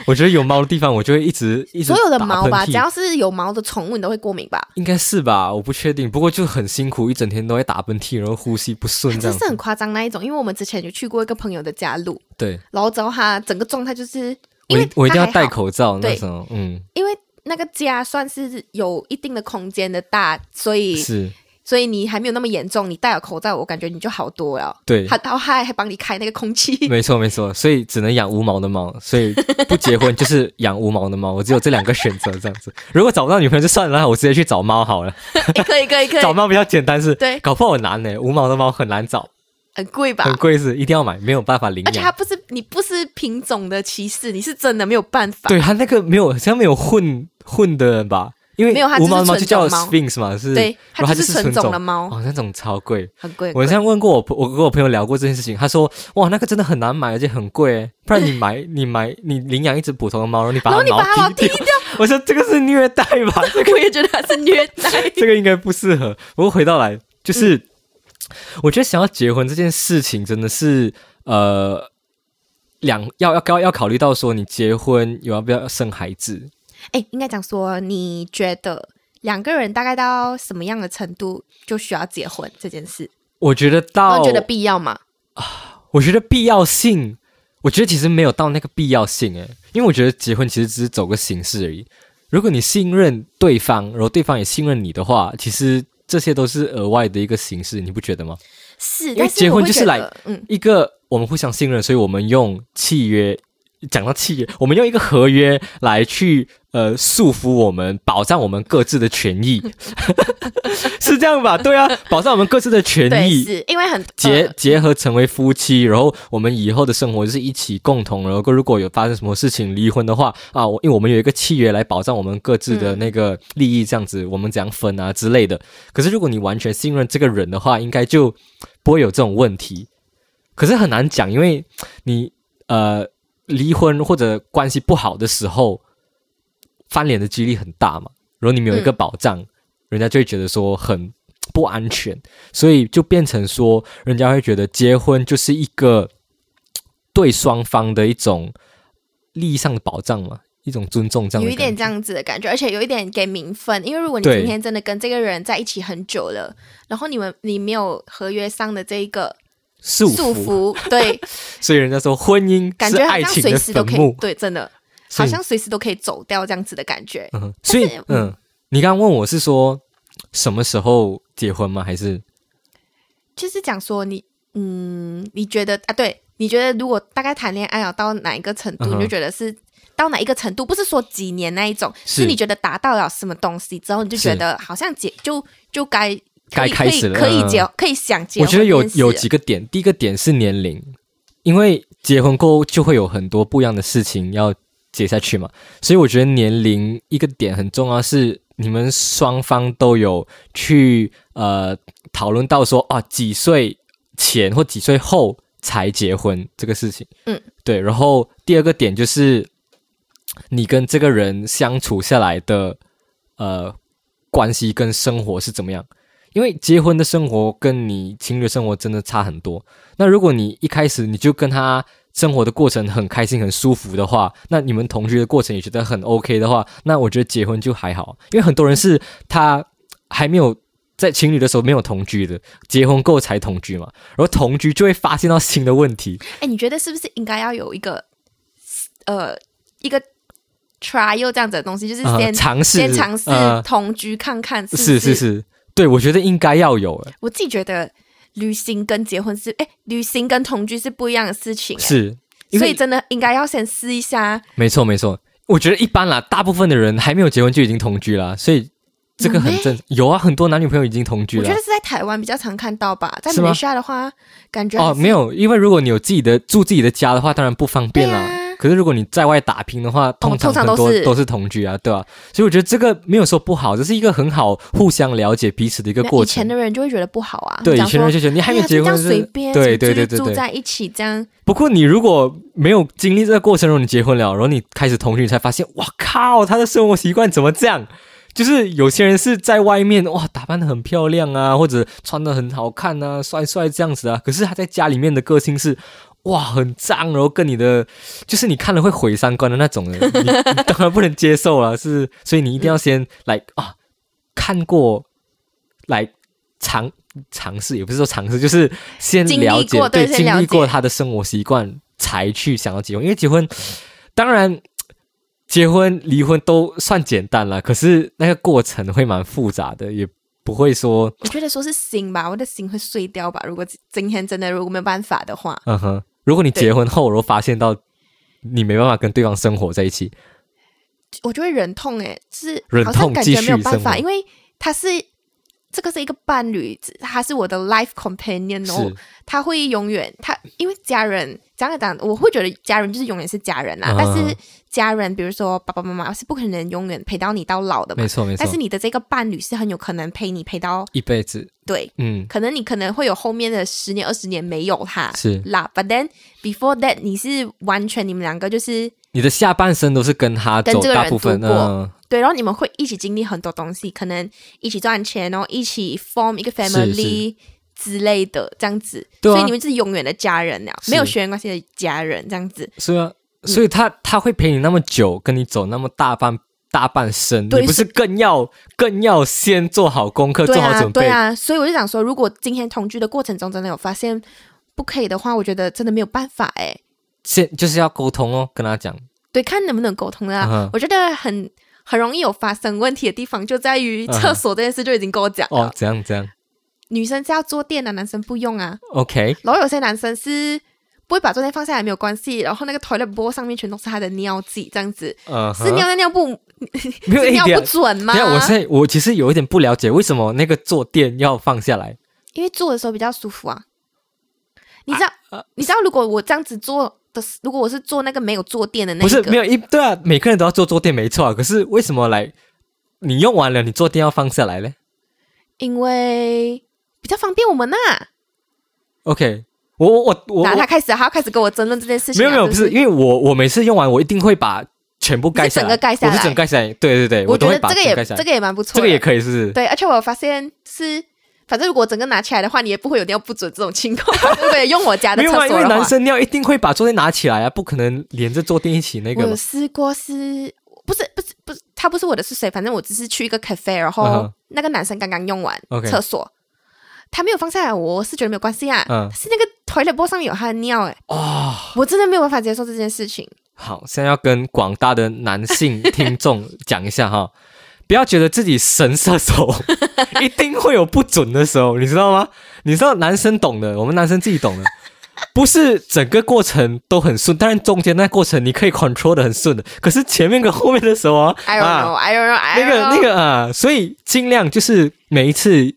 Speaker 1: 我觉得有猫的地方，我就会一直一直
Speaker 2: 所有的
Speaker 1: 打
Speaker 2: 毛
Speaker 1: 喷
Speaker 2: 吧，
Speaker 1: 嚏
Speaker 2: 只要是有毛的宠物，你都会过敏吧？
Speaker 1: 应该是吧，我不确定。不过就很辛苦，一整天都在打喷嚏，然后呼吸不顺这
Speaker 2: 这
Speaker 1: 样
Speaker 2: 是很
Speaker 1: 子。
Speaker 2: 夸张那一种，因为我们之前有去过一个朋友的家录，
Speaker 1: 对。
Speaker 2: 然后之后他整个状态就是，因
Speaker 1: 我
Speaker 2: 为
Speaker 1: 一我一定要
Speaker 2: 他还
Speaker 1: 戴
Speaker 2: 好
Speaker 1: 口罩，那
Speaker 2: 对
Speaker 1: 时候，嗯，
Speaker 2: 因为那个家算是有一定的空间的大，所以
Speaker 1: 是
Speaker 2: 所以你还没有那么严重。你戴了口罩，我感觉你就好多了。
Speaker 1: 对
Speaker 2: 还然后还还帮你开那个空 气，
Speaker 1: 没错没错，所以只能养无毛的猫，所以不结婚就是养无毛的猫，我只有这两个选择这样子。如果找不到女朋友就算了，我直接去找猫好了，
Speaker 2: 诶可以可以可
Speaker 1: 找
Speaker 2: 以，
Speaker 1: 猫比较简单是，
Speaker 2: 对
Speaker 1: 搞不好很难呢、无毛的猫很难找，
Speaker 2: 很贵吧
Speaker 1: 很？贵是，一定要买，没有办法领
Speaker 2: 而且它
Speaker 1: 养。
Speaker 2: 不是你不是品种的歧视，你是真的没有办法。
Speaker 1: 对它那个没有，好像没有混混的人吧，因为
Speaker 2: 没有它
Speaker 1: 无毛的猫
Speaker 2: 就是
Speaker 1: 就叫
Speaker 2: 纯种猫
Speaker 1: Sphinx 嘛，是，
Speaker 2: 对它
Speaker 1: 然后它
Speaker 2: 就是是纯
Speaker 1: 纯
Speaker 2: 种
Speaker 1: 种
Speaker 2: 的猫
Speaker 1: 哦，那种超贵。
Speaker 2: 很贵，
Speaker 1: 我
Speaker 2: 很贵
Speaker 1: 像问过我朋，我跟我朋友聊过这件事情，他说：“哇，那个真的很难买，而且很贵 耶，不然你买你买你领养一只普通的猫，然后你把
Speaker 2: 然后
Speaker 1: 它
Speaker 2: 你把它毛
Speaker 1: 剃掉。 我说：“这个是虐待吧？这个。
Speaker 2: 我也觉得它是哎虐 待
Speaker 1: 这个应该不适合。”不过回到来，就是、
Speaker 2: 嗯
Speaker 1: 我觉得想要结婚这件事情，真的是呃。两要要要要考虑到说你结婚有要不要生孩子，
Speaker 2: 哎，应该讲说，你觉得两个人大概到什么样的程度就需要结婚这件事？
Speaker 1: 我觉得到
Speaker 2: 你哦觉得必要吗？
Speaker 1: 我觉得必要性，我觉得其实没有到那个必要性诶，因为我觉得结婚其实只是走个形式而已。如果你信任对方，然后对方也信任你的话，其实这些都是额外的一个形式，你不觉得吗？
Speaker 2: 是，
Speaker 1: 因为
Speaker 2: 但是
Speaker 1: 结
Speaker 2: 我
Speaker 1: 婚
Speaker 2: 会
Speaker 1: 就是
Speaker 2: 觉
Speaker 1: 来
Speaker 2: 得嗯，
Speaker 1: 一个我们互相信任，所以我们用契约，讲到契约，我们用一个合约来去呃束缚我们，保障我们各自的权 益， 是这样吧？对啊，保障我们各自的权
Speaker 2: 对，
Speaker 1: 益。
Speaker 2: 是因为很
Speaker 1: 结
Speaker 2: 呃
Speaker 1: 结合成为夫妻，然后我们以后的生活就是一起共同。然后如果有发生什么事情离婚的话啊，我因为我们有一个契约来保障我们各自的那个利益，这样子我们怎样分啊之类的。可是如果你完全信任这个人的话，应该就不会有这种问题。可是很难讲，因为你呃离婚或者关系不好的时候，翻脸的几率很大嘛。如果你没有一
Speaker 2: 嗯
Speaker 1: 个保障，人家就会觉得说很不安全。所以就变成说，人家会觉得结婚就是一个对双方的一种利益上的保障嘛，一种尊重这样的
Speaker 2: 有一点
Speaker 1: 感
Speaker 2: 这
Speaker 1: 觉
Speaker 2: 样子的感觉，而且有一点给名分，因为如果你
Speaker 1: 对
Speaker 2: 今天真的跟这个人在一起很久了，然后你们你没有合约上的这一个
Speaker 1: 束
Speaker 2: 束
Speaker 1: 缚。
Speaker 2: 缚，对，
Speaker 1: 所以人家说婚姻
Speaker 2: 感
Speaker 1: 是
Speaker 2: 觉好
Speaker 1: 爱
Speaker 2: 像
Speaker 1: 情
Speaker 2: 随
Speaker 1: 的
Speaker 2: 时都
Speaker 1: 坟
Speaker 2: 可以
Speaker 1: 墓，，
Speaker 2: 对，真的
Speaker 1: 所
Speaker 2: 好
Speaker 1: 以
Speaker 2: 像随时都可以走掉这样子的感觉。
Speaker 1: 嗯，所以
Speaker 2: 但是
Speaker 1: 嗯，你刚刚问我是说什么时候结婚吗？还是
Speaker 2: 就是讲说你，嗯，你觉得啊，对，你觉得如果大概谈恋爱啊到哪一个程度，
Speaker 1: 嗯哼
Speaker 2: 你就觉得是到哪一个程度，不是说几年那一种，
Speaker 1: 是
Speaker 2: 是你觉得达到了什么东西之后，你就觉得好像结就就该可以
Speaker 1: 该开始了
Speaker 2: 可以可以结
Speaker 1: 嗯
Speaker 2: 可以想结
Speaker 1: 我
Speaker 2: 婚
Speaker 1: 觉
Speaker 2: 这
Speaker 1: 得
Speaker 2: 件事了，
Speaker 1: 有有几个点，第一个点是年龄，因为结婚过后就会有很多不一样的事情要解下去嘛，所以我觉得年龄一个点很重要，是你们双方都有去呃讨论到说啊几岁前或几岁后才结婚这个事情。
Speaker 2: 嗯，
Speaker 1: 对。然后第二个点就是你跟这个人相处下来的呃关系跟生活是怎么样。因为结婚的生活跟你情侣的生活真的差很多。那如果你一开始你就跟他生活的过程很开心、很舒服的话，那你们同居的过程也觉得很 OK 的话，那我觉得结婚就还好。因为很多人是他还没有在情侣的时候没有同居的，结婚后才同居嘛，然后同居就会发现到新的问题。
Speaker 2: 哎，你觉得是不是应该要有一个呃一个 trial 这样子的东西，就是
Speaker 1: 呃
Speaker 2: 先、
Speaker 1: 尝试
Speaker 2: 先尝试
Speaker 1: 呃
Speaker 2: 同居看看是不
Speaker 1: 是是是，对我觉得应该要有，哎
Speaker 2: 我自己觉得旅行跟结婚是，哎，旅行跟同居是不一样的事情，哎
Speaker 1: 是，因
Speaker 2: 所
Speaker 1: 为
Speaker 2: 以真的应该要先试一下。
Speaker 1: 没错，没错。我觉得一般啦，大部分的人还没有结婚就已经同居啦，所以这个很正。有啊，很多男女朋友已经同居
Speaker 2: 我觉
Speaker 1: 了
Speaker 2: 得。是在台湾比较常看到吧，在
Speaker 1: 是吗
Speaker 2: 马来西亚的话，感觉
Speaker 1: 哦，没有，
Speaker 2: 有
Speaker 1: 因为如果你有自己的住自己的家的话，当然不方便啦。
Speaker 2: 对啊哦
Speaker 1: 可是如果你在外打拼的话，通常
Speaker 2: 通常
Speaker 1: 很
Speaker 2: 都
Speaker 1: 多、
Speaker 2: 是
Speaker 1: 同居啊，对吧、所以我觉得这个没有说不好，这是一个很好互相了解彼此的一个过
Speaker 2: 以
Speaker 1: 程
Speaker 2: 前。的人就会觉得不好啊，
Speaker 1: 对，以
Speaker 2: 讲
Speaker 1: 前人
Speaker 2: 说
Speaker 1: 就觉得你还没有
Speaker 2: 哎呀
Speaker 1: 结
Speaker 2: 就
Speaker 1: 婚
Speaker 2: 这
Speaker 1: 是，
Speaker 2: 样随便，
Speaker 1: 对
Speaker 2: 就
Speaker 1: 对对
Speaker 2: 是
Speaker 1: 对
Speaker 2: 住
Speaker 1: 对。
Speaker 2: 在一起这样，
Speaker 1: 不过你如果没有经历这个过程，然后你结婚了，然后你开始同居，你才发现，哇靠，他的生活习惯怎么这样？就是有些人是在外面哇打扮的很漂亮啊，或者穿的很好看啊，帅帅这样子啊，可是他在家里面的个性是。哇，很脏，然后跟你的就是你看了会毁三观的那种人， 你你当然不能接受了，是，所以你一定要先来、啊，看过，来尝尝试，也不是说尝试，就是先
Speaker 2: 经历
Speaker 1: 了解，
Speaker 2: 过对先
Speaker 1: 经
Speaker 2: 了
Speaker 1: 历过
Speaker 2: 解
Speaker 1: 他的生活习惯，才去想要结婚。因为结婚，当然结婚、离婚都算简单了，可是那个过程会蛮复杂的，也不会说，
Speaker 2: 我觉得说是心吧，我的心会碎掉吧。如果今天真的如果没有办法的话，
Speaker 1: 嗯哼，如果你
Speaker 2: 对
Speaker 1: 结婚后，然后发现到你没办法跟对方生活在一起，
Speaker 2: 我就会忍痛哎、就是
Speaker 1: 忍
Speaker 2: 好
Speaker 1: 痛
Speaker 2: 像感觉
Speaker 1: 继
Speaker 2: 没
Speaker 1: 续
Speaker 2: 有办
Speaker 1: 生活
Speaker 2: 法，因为他是这个是一个伴侣，他是我的 life companion 哦
Speaker 1: 是，
Speaker 2: 他会永远他因为家人讲来讲，我会觉得家人就是永远是家人啦，
Speaker 1: 嗯
Speaker 2: 但是家人比如说爸爸妈妈是不可能永远陪到你到老的嘛
Speaker 1: 没，错没错
Speaker 2: 呃但是，你的这个伴侣是很有可能陪你陪到
Speaker 1: 一辈子，
Speaker 2: 对。
Speaker 1: 嗯，
Speaker 2: 可能你可能会有后面的十年二十年没有他
Speaker 1: 是
Speaker 2: 啦，but then before that 你是完全你们两个就是
Speaker 1: 你的下半生都是跟他
Speaker 2: 跟
Speaker 1: 走
Speaker 2: 这个
Speaker 1: 大
Speaker 2: 人
Speaker 1: 部分，
Speaker 2: 度过
Speaker 1: 嗯，
Speaker 2: 对，然后你们会一起经历很多东西，可能一起赚钱，然后一起 form 一个 family 之类的，这样子。
Speaker 1: 对啊
Speaker 2: 所以你们是永远的家人了，
Speaker 1: 是
Speaker 2: 没有血缘关系的家人，这样子。
Speaker 1: 是啊，
Speaker 2: 嗯
Speaker 1: 所以他他会陪你那么久，跟你走那么大半大半生，
Speaker 2: 对
Speaker 1: 你不是更要更要先做好功课，
Speaker 2: 对
Speaker 1: 做呃好
Speaker 2: 啊，
Speaker 1: 准备，
Speaker 2: 对啊。所以我就想说，如果今天同居的过程中真的有发现不可以的话，我觉得真的没有办法哎、
Speaker 1: 先就是要沟通哦，跟他讲，
Speaker 2: 对，看能不能沟通啦。
Speaker 1: 嗯哼
Speaker 2: 我觉得很很容易有发生问题的地方，就在于厕所这件事就已经跟我讲了，
Speaker 1: 嗯哦，怎样怎样
Speaker 2: 女生是要坐垫的，男生不用啊。
Speaker 1: ，OK，
Speaker 2: 然后有些男生是不会把坐垫放下来没有关系，然后那个 toilet bowl 上面全都是他的尿迹，这样子
Speaker 1: 嗯哼，
Speaker 2: 是尿在尿布
Speaker 1: 没有
Speaker 2: 是
Speaker 1: 一
Speaker 2: 尿
Speaker 1: 点
Speaker 2: 不。准吗
Speaker 1: 等一？下我现在我其实有一点不了解，为什么那个坐垫要放下来？
Speaker 2: 因为坐的时候比较舒服啊。你知道，
Speaker 1: 啊
Speaker 2: 你知道，如果我这样子坐的时，如果我是坐那个没有坐垫的那
Speaker 1: 不
Speaker 2: 一
Speaker 1: 是
Speaker 2: 个，
Speaker 1: 没有一对啊，每个人都要做坐垫，没错啊。可是为什么来你用完了，你坐垫要放下来嘞
Speaker 2: 因为比较方便我们呐、
Speaker 1: ？OK，我我我我
Speaker 2: 然后
Speaker 1: 我
Speaker 2: 他开始，他要开始跟我争论这件事情
Speaker 1: 没
Speaker 2: 啊、
Speaker 1: 有没有，不，
Speaker 2: 就是
Speaker 1: 因为我我每次用完，我一定会把全部盖下来，
Speaker 2: 你是整个盖下来
Speaker 1: 我是整个盖下来，对对对，
Speaker 2: 我
Speaker 1: 都
Speaker 2: 觉
Speaker 1: 会
Speaker 2: 得
Speaker 1: 把
Speaker 2: 这个
Speaker 1: 整
Speaker 2: 也
Speaker 1: 盖下来，
Speaker 2: 这个也蛮不错的，
Speaker 1: 这个也可以，是不是？
Speaker 2: 对，而且我发现是，反正如果整个拿起来的话，你也不会有尿不准这种情况。 如果用我家的
Speaker 1: 没
Speaker 2: 厕
Speaker 1: 有啊，
Speaker 2: 所的
Speaker 1: 因
Speaker 2: 话，
Speaker 1: 为男生尿一定会把坐垫拿起来啊，不可能连着坐垫一起那
Speaker 2: 我
Speaker 1: 个
Speaker 2: 有
Speaker 1: 嘛。
Speaker 2: 试过是，不是不是不是，他不是我的是谁？反正我只是去一个 cafe，然
Speaker 1: 嗯
Speaker 2: 后
Speaker 1: 哼
Speaker 2: 那个男生刚刚用完
Speaker 1: OK
Speaker 2: 厕所，他没有放下来，我是觉得没有关系啊。
Speaker 1: 嗯
Speaker 2: 是那个 toilet bowl 上面有他的尿、欸，
Speaker 1: 哦，
Speaker 2: 我真的没有办法接受这件事情。
Speaker 1: 好，现在要跟广大的男性听众讲一下哈， 不要觉得自己神射 手，一定会有不准的时候，你知道吗？你知道男生懂的，我们男生自己懂的，不是整个过程都很顺，当然中间那过程你可以 control 的很顺的，可是前面跟后面的时候啊，
Speaker 2: I don't
Speaker 1: 啊
Speaker 2: know,、I don't know, I
Speaker 1: 那
Speaker 2: don't know
Speaker 1: 个那个啊，所以尽量就是每一次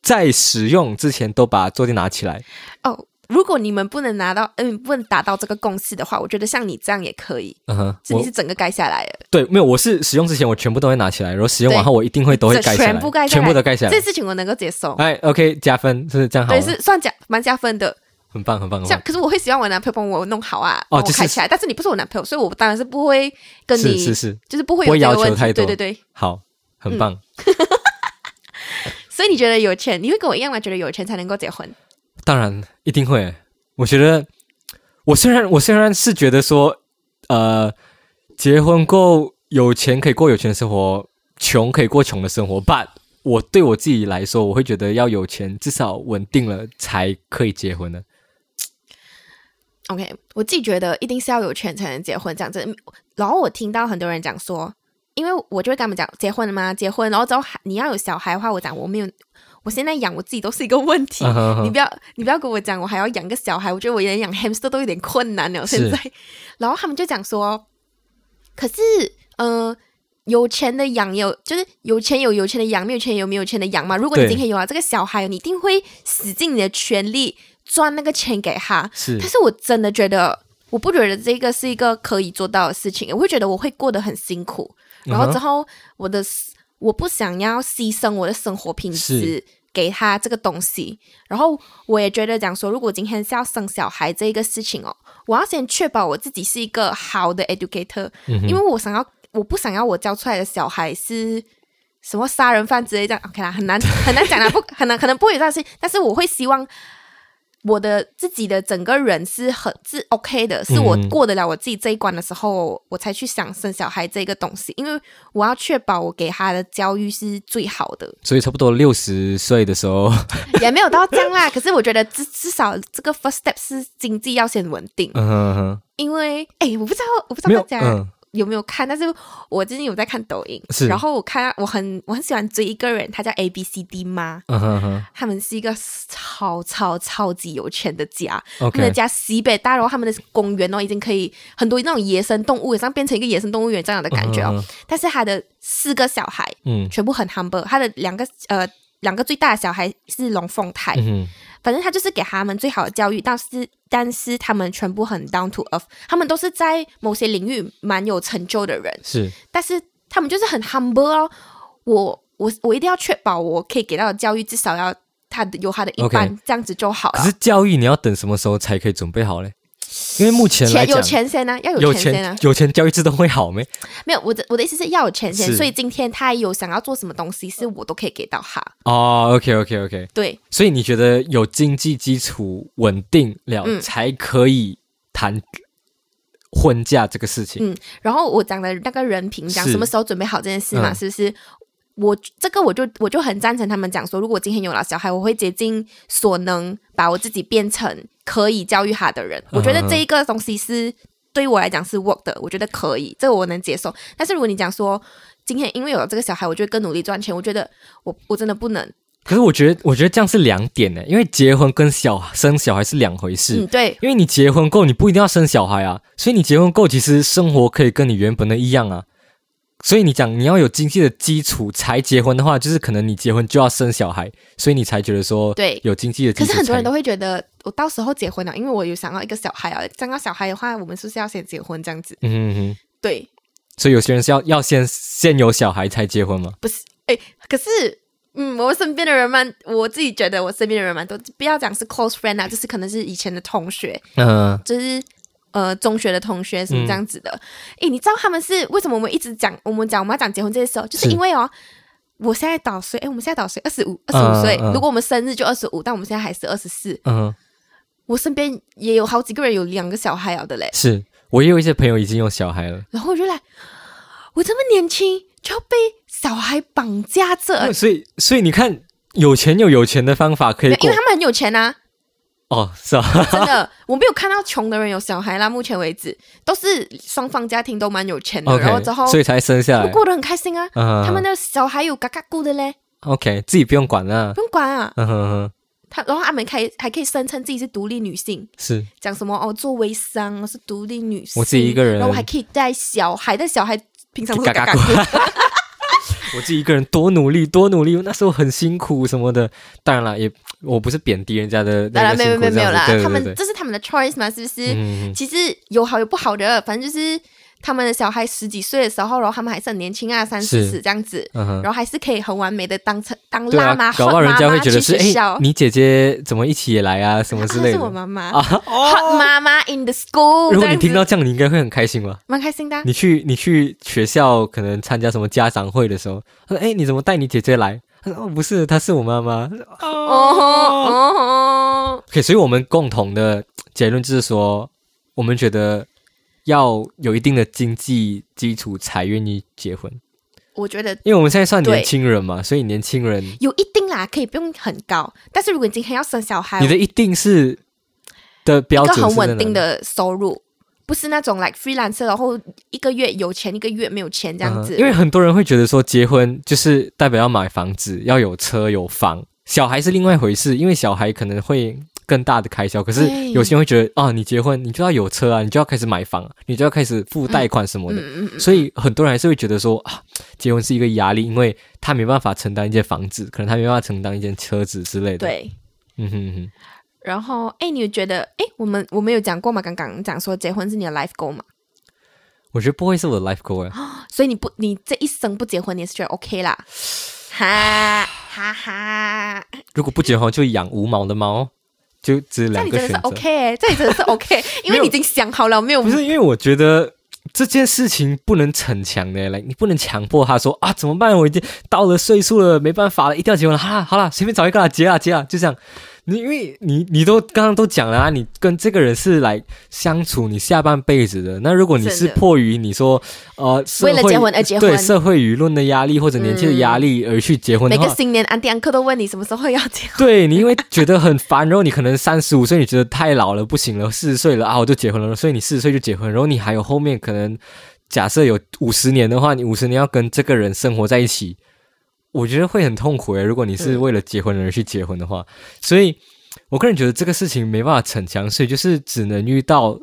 Speaker 1: 在使用之前都把坐垫拿起来。
Speaker 2: 哦，如果你们不能拿到，嗯、不能达到这个共识的话，我觉得像你这样也可以，
Speaker 1: 嗯哼，
Speaker 2: 是你
Speaker 1: 我
Speaker 2: 是整个盖下来的，
Speaker 1: 对没有，我是使用之前我全部都会拿起来，然后使用完
Speaker 2: 对
Speaker 1: 后我一定会都会盖下来，
Speaker 2: 全部盖下来
Speaker 1: 全部都盖下
Speaker 2: 这
Speaker 1: 来。
Speaker 2: 事情我能够接受，
Speaker 1: 哎，OK，加分，是这样好啊
Speaker 2: 对，
Speaker 1: 了，
Speaker 2: 是算加蛮加分的。
Speaker 1: 很棒，很棒，很
Speaker 2: 像
Speaker 1: 棒。
Speaker 2: 可是我会希望我男朋友帮我弄好啊，
Speaker 1: 嗯哦
Speaker 2: 帮我
Speaker 1: 就是
Speaker 2: 开起来，但是你不是我男朋友，所以我当然是不会跟
Speaker 1: 是
Speaker 2: 你，嗯
Speaker 1: 是是，
Speaker 2: 就是不会
Speaker 1: 不
Speaker 2: 有
Speaker 1: 会要
Speaker 2: 这个
Speaker 1: 求
Speaker 2: 问题
Speaker 1: 太多
Speaker 2: 对对对，
Speaker 1: 好，很棒。
Speaker 2: 所以你觉得有钱，你会跟我一样吗？觉得有钱才能够结婚？
Speaker 1: 当然一定会。我觉得，我虽然我虽然是觉得说，呃，结婚过有钱可以过有钱的生活，穷可以过穷的生活，but 我对我自己来说，我会觉得要有钱，至少稳定了才可以结婚的。
Speaker 2: 哎 OK，我自己觉得一定是要有钱才能结婚这样子。嗯然后我听到很多人讲说，因为我就会跟他们讲结婚了吗？结婚，然后之后还你要有小孩的话，我讲我没有，我现在养我自己都是一个问题。
Speaker 1: 嗯哼
Speaker 2: 你
Speaker 1: 哼
Speaker 2: 不要，你不要跟我讲，我还要养个小孩，我觉得我连养 hamster 都有点困难了。
Speaker 1: 是
Speaker 2: 现在，然后他们就讲说，可是，呃，有钱的养有，就是有钱有有钱的养，没有钱有没有钱的养嘛。如果你
Speaker 1: 对
Speaker 2: 今天有了这个小孩，你一定会使尽你的全力赚那个钱给他。
Speaker 1: 是
Speaker 2: 但是我真的觉得，我不觉得这个是一个可以做到的事情，我会觉得我会过得很辛苦，
Speaker 1: 嗯
Speaker 2: 然后之后我的、我不想要牺牲我的生活品质
Speaker 1: 是
Speaker 2: 给他这个东西，然后我也觉得讲说，如果今天是要生小孩这一个事情哦，我要先确保我自己是一个好的 educator，、
Speaker 1: 嗯哼
Speaker 2: 因为我想要我不想要我教出来的小孩是。什么杀人犯之类这样，OK 啦，很难很难讲啦，不 很难可能不会有这样的事情，但是我会希望我的自己的整个人是很是 OK 的，是我
Speaker 1: 嗯
Speaker 2: 过得了我自己这一关的时候，我才去想生小孩这个东西，因为我要确保我给他的教育是最好的，
Speaker 1: 所以差不多六十岁的时候，
Speaker 2: 也没有到这样 啦。可是我觉得至至少这个 first step 是经济要先稳定，
Speaker 1: 嗯哼哼，
Speaker 2: 因为哎，我不知道我不知
Speaker 1: 没
Speaker 2: 道
Speaker 1: 有，
Speaker 2: 大家
Speaker 1: 嗯，
Speaker 2: 有没有看，但是我最近有在看抖音，
Speaker 1: 是
Speaker 2: 然后我看我很我很喜欢追一个人，他叫 A B C D 妈。
Speaker 1: 嗯哼哼
Speaker 2: 他们是一个超超超级有钱的家，他们
Speaker 1: ，OK，
Speaker 2: 的家西北大，然后他们的公园哦，已经可以很多那种野生动物，像变成一个野生动物园这样的感觉哦。
Speaker 1: 嗯
Speaker 2: 但是他的四个小孩
Speaker 1: 嗯
Speaker 2: 全部很 humble，他的两个呃两个最大的小孩是龙凤胎，
Speaker 1: 嗯哼，
Speaker 2: 反正他就是给他们最好的教育，但是但是他们全部很 down to earth，他们都是在某些领域蛮有成就的人，
Speaker 1: 是
Speaker 2: 但是他们就是很 humble 哦。我我我一定要确保我可以给到的教育至少要他的有他的一半
Speaker 1: OK
Speaker 2: 这样子就好
Speaker 1: 可
Speaker 2: 了。
Speaker 1: 是教育你要等什么时候才可以准备好嘞？因为目前来
Speaker 2: 钱
Speaker 1: 讲，
Speaker 2: 有钱先啊呢、要
Speaker 1: 有
Speaker 2: 钱先呢、
Speaker 1: 钱有钱教育自动会好没？
Speaker 2: 没有我的我的意思是要有钱先，
Speaker 1: 是
Speaker 2: 所以今天他有想要做什么东西，是我都可以给到他。
Speaker 1: 哦，OK OK OK，
Speaker 2: 对，
Speaker 1: 所以你觉得有经济基础稳定了，
Speaker 2: 嗯
Speaker 1: 才可以谈婚嫁这个事情？
Speaker 2: 嗯，然后我讲的那个人品，讲
Speaker 1: 是
Speaker 2: 什么时候准备好这件事嘛，
Speaker 1: 嗯
Speaker 2: 是不是？我这个我就我就很赞成他们讲说，如果今天有了小孩，我会竭尽所能把我自己变成可以教育他的人。我觉得
Speaker 1: 嗯嗯嗯
Speaker 2: 这一个东西是对于我来讲是 work 的，我觉得可以，这个我能接受。但是如果你讲说今天因为有了这个小孩，我就会更努力赚钱，我觉得我我真的不能。
Speaker 1: 可是我觉得，我觉得这样是两点呢，因为结婚跟小生小孩是两回事。
Speaker 2: 嗯，对，
Speaker 1: 因为你结婚后，你不一定要生小孩啊，所以你结婚后，其实生活可以跟你原本的一样啊。所以你讲你要有经济的基础才结婚的话，就是可能你结婚就要生小孩，所以你才觉得说
Speaker 2: 对
Speaker 1: 有经济的基
Speaker 2: 可
Speaker 1: 础
Speaker 2: 是
Speaker 1: 才。
Speaker 2: 很多人都会觉得，我到时候结婚了，因为我有想要一个小孩啊。想要小孩的话，我们是不是要先结婚这样子？
Speaker 1: 嗯哼哼，
Speaker 2: 对，
Speaker 1: 所以有些人是要要先先有小孩才结婚嘛。
Speaker 2: 不是，哎、可是，嗯，我身边的人蛮，我自己觉得我身边的人蛮多，不要讲是 close friend 啊，就是可能是以前的同学，
Speaker 1: 嗯、
Speaker 2: 就是呃中学的同学什么这样子的。哎、你知道他们是为什么我们一直讲，我们讲我们要讲结婚这些事哦，就是
Speaker 1: 是
Speaker 2: 因为哦。我现在倒岁，哎、我们现在倒岁二十五，二十
Speaker 1: 嗯
Speaker 2: 五岁。
Speaker 1: 嗯
Speaker 2: 如果我们生日就二十五，但我们现在还是二十四。
Speaker 1: 嗯，
Speaker 2: 我身边也有好几个人有两个小孩了的嘞，
Speaker 1: 是我也有一些朋友已经有小孩了，
Speaker 2: 然后我就来，我这么年轻就要被小孩绑架着，
Speaker 1: 所以所以你看，有钱有有钱的方法可以
Speaker 2: 因
Speaker 1: 过
Speaker 2: 为他们很有钱啊。
Speaker 1: 哦，是吧？
Speaker 2: 真的，我没有看到穷的人有小孩啦。目前为止，都是双方家庭都蛮有钱的
Speaker 1: OK，
Speaker 2: 嗯然后之后
Speaker 1: 所以才生下
Speaker 2: 他
Speaker 1: 来
Speaker 2: 们。过得很开心啊。
Speaker 1: 嗯，
Speaker 2: 他们的小孩有嘎嘎顾的嘞，
Speaker 1: OK，自己不用管了
Speaker 2: 不。用管啊。
Speaker 1: 嗯哼哼，
Speaker 2: 他然后他们还还可以声称自己是独立女性，
Speaker 1: 是
Speaker 2: 讲什么哦做微商，我是独立女性，
Speaker 1: 我自己一个人
Speaker 2: 然后我还可以带小孩，但小孩平常都是
Speaker 1: 嘎嘎
Speaker 2: 嘎嘎
Speaker 1: 过
Speaker 2: 顾。
Speaker 1: 我自己一个人多努力 多努力，那时候很辛苦什么的。当然了，也我不是贬低人家的
Speaker 2: 当
Speaker 1: 那
Speaker 2: 然
Speaker 1: 个 辛苦
Speaker 2: 没有没有没有
Speaker 1: 这样子
Speaker 2: 啦
Speaker 1: 对，对
Speaker 2: 他们
Speaker 1: 对
Speaker 2: 这是他们的 choice 嘛，是不是？
Speaker 1: 嗯，嗯嗯
Speaker 2: 其实有好有不好的，反正就是他们的小孩十几岁的时候，然后他们还是很年轻啊，三四
Speaker 1: 是
Speaker 2: 十这样子，
Speaker 1: 嗯哼
Speaker 2: 然后还是可以很完美的当成当
Speaker 1: 对
Speaker 2: 辣
Speaker 1: 啊
Speaker 2: 妈，，
Speaker 1: 搞不好
Speaker 2: 混
Speaker 1: 人家
Speaker 2: 妈
Speaker 1: 会
Speaker 2: 妈
Speaker 1: 觉得
Speaker 2: 去
Speaker 1: 是
Speaker 2: 学
Speaker 1: 哎
Speaker 2: 校，。
Speaker 1: 你姐姐怎么一起也来啊，什么之
Speaker 2: 啊
Speaker 1: 类
Speaker 2: 是
Speaker 1: 的
Speaker 2: 我妈妈
Speaker 1: 啊。
Speaker 2: ，hot
Speaker 1: 哦，
Speaker 2: 妈妈 in the
Speaker 1: 如
Speaker 2: school，这
Speaker 1: 果你
Speaker 2: 样
Speaker 1: 听到
Speaker 2: 子
Speaker 1: 这样，你应该会很开心吧？
Speaker 2: 蛮开心的啊。
Speaker 1: 你去你去学校可能参加什么家长会的时候，他说：“哎，你怎么带你姐姐来？”他说：“哦，不是，她是我妈妈。”
Speaker 2: 哦哦，
Speaker 1: OK，所以我们共同的结论就是说，我们觉得要有一定的经济基础才愿意结婚，
Speaker 2: 我觉得
Speaker 1: 因为我们现在算
Speaker 2: 对
Speaker 1: 年轻人嘛，所以年轻人
Speaker 2: 有一定啦，可以不用很高，但是如果你今天要生小孩，
Speaker 1: 你的一定是的标
Speaker 2: 哎一个
Speaker 1: 准
Speaker 2: 很
Speaker 1: 是在
Speaker 2: 稳定
Speaker 1: 哪里，
Speaker 2: 的收入，不是那种 like freelancer，然后一个月有钱，一个月没有钱这样子。
Speaker 1: 嗯因为很多人会觉得说结婚就是代表要买房子，要有车有房，小孩是另外一回事，因为小孩可能会。更大的开销，可是
Speaker 2: 对
Speaker 1: 有些人会觉得啊，你结婚你就要有车啊，你就要开始买房啊，你就要开始付贷款什么的。
Speaker 2: 嗯嗯嗯，
Speaker 1: 所以很多人还是会觉得说啊，结婚是一个压力，因为他没办法承担一间房子，可能他没办法承担一间车子之类的。，
Speaker 2: 对。
Speaker 1: 嗯哼哼，
Speaker 2: 然后，哎，你有觉得，哎，我们我们有讲过嘛？刚刚讲说结婚是你的 life goal 嘛，
Speaker 1: 我觉得不会是我的 life goal 啊。
Speaker 2: 所以你不，你这一生不结婚，你也是觉得 OK 啦，哈哈哈，
Speaker 1: 如果不结婚，就养无毛的猫，就只
Speaker 2: 这
Speaker 1: 两
Speaker 2: 样你
Speaker 1: 个
Speaker 2: 真的
Speaker 1: 选
Speaker 2: 是
Speaker 1: 择。
Speaker 2: OK，欸这样你真的 是 OK，因为你已经想好了，没有
Speaker 1: 不是因为我觉得。这件事情不能逞强的，来，你不能强迫他说啊，怎么办？我已经到了岁数了，没办法了，一定要结婚了。好啦，好啦，随便找一个啦，结啦，结啦，就这样。你因为你你都刚刚都讲了啊，你跟这个人是来相处你下半辈子的。那如果你是
Speaker 2: 真的
Speaker 1: 迫于你说呃社
Speaker 2: 为了
Speaker 1: 会
Speaker 2: 结婚而结
Speaker 1: 对
Speaker 2: 婚嗯
Speaker 1: 社会舆论的压力或者年纪的压力而去结婚
Speaker 2: 每
Speaker 1: 的话，
Speaker 2: 个新年安迪安克都问你什么时候要结婚，
Speaker 1: 对你因为觉得很烦，然后你可能三十五岁你觉得太老了不行了，四十岁了啊我就结婚了，所以你四十岁就结婚，然后你还有后面可能假设有五十年的话，你五十年要跟这个人生活在一起，我觉得会很痛苦诶。欸如果你是为了结婚而去结婚的话，所以我个人觉得这个事情没办法逞强，所以就是只能遇到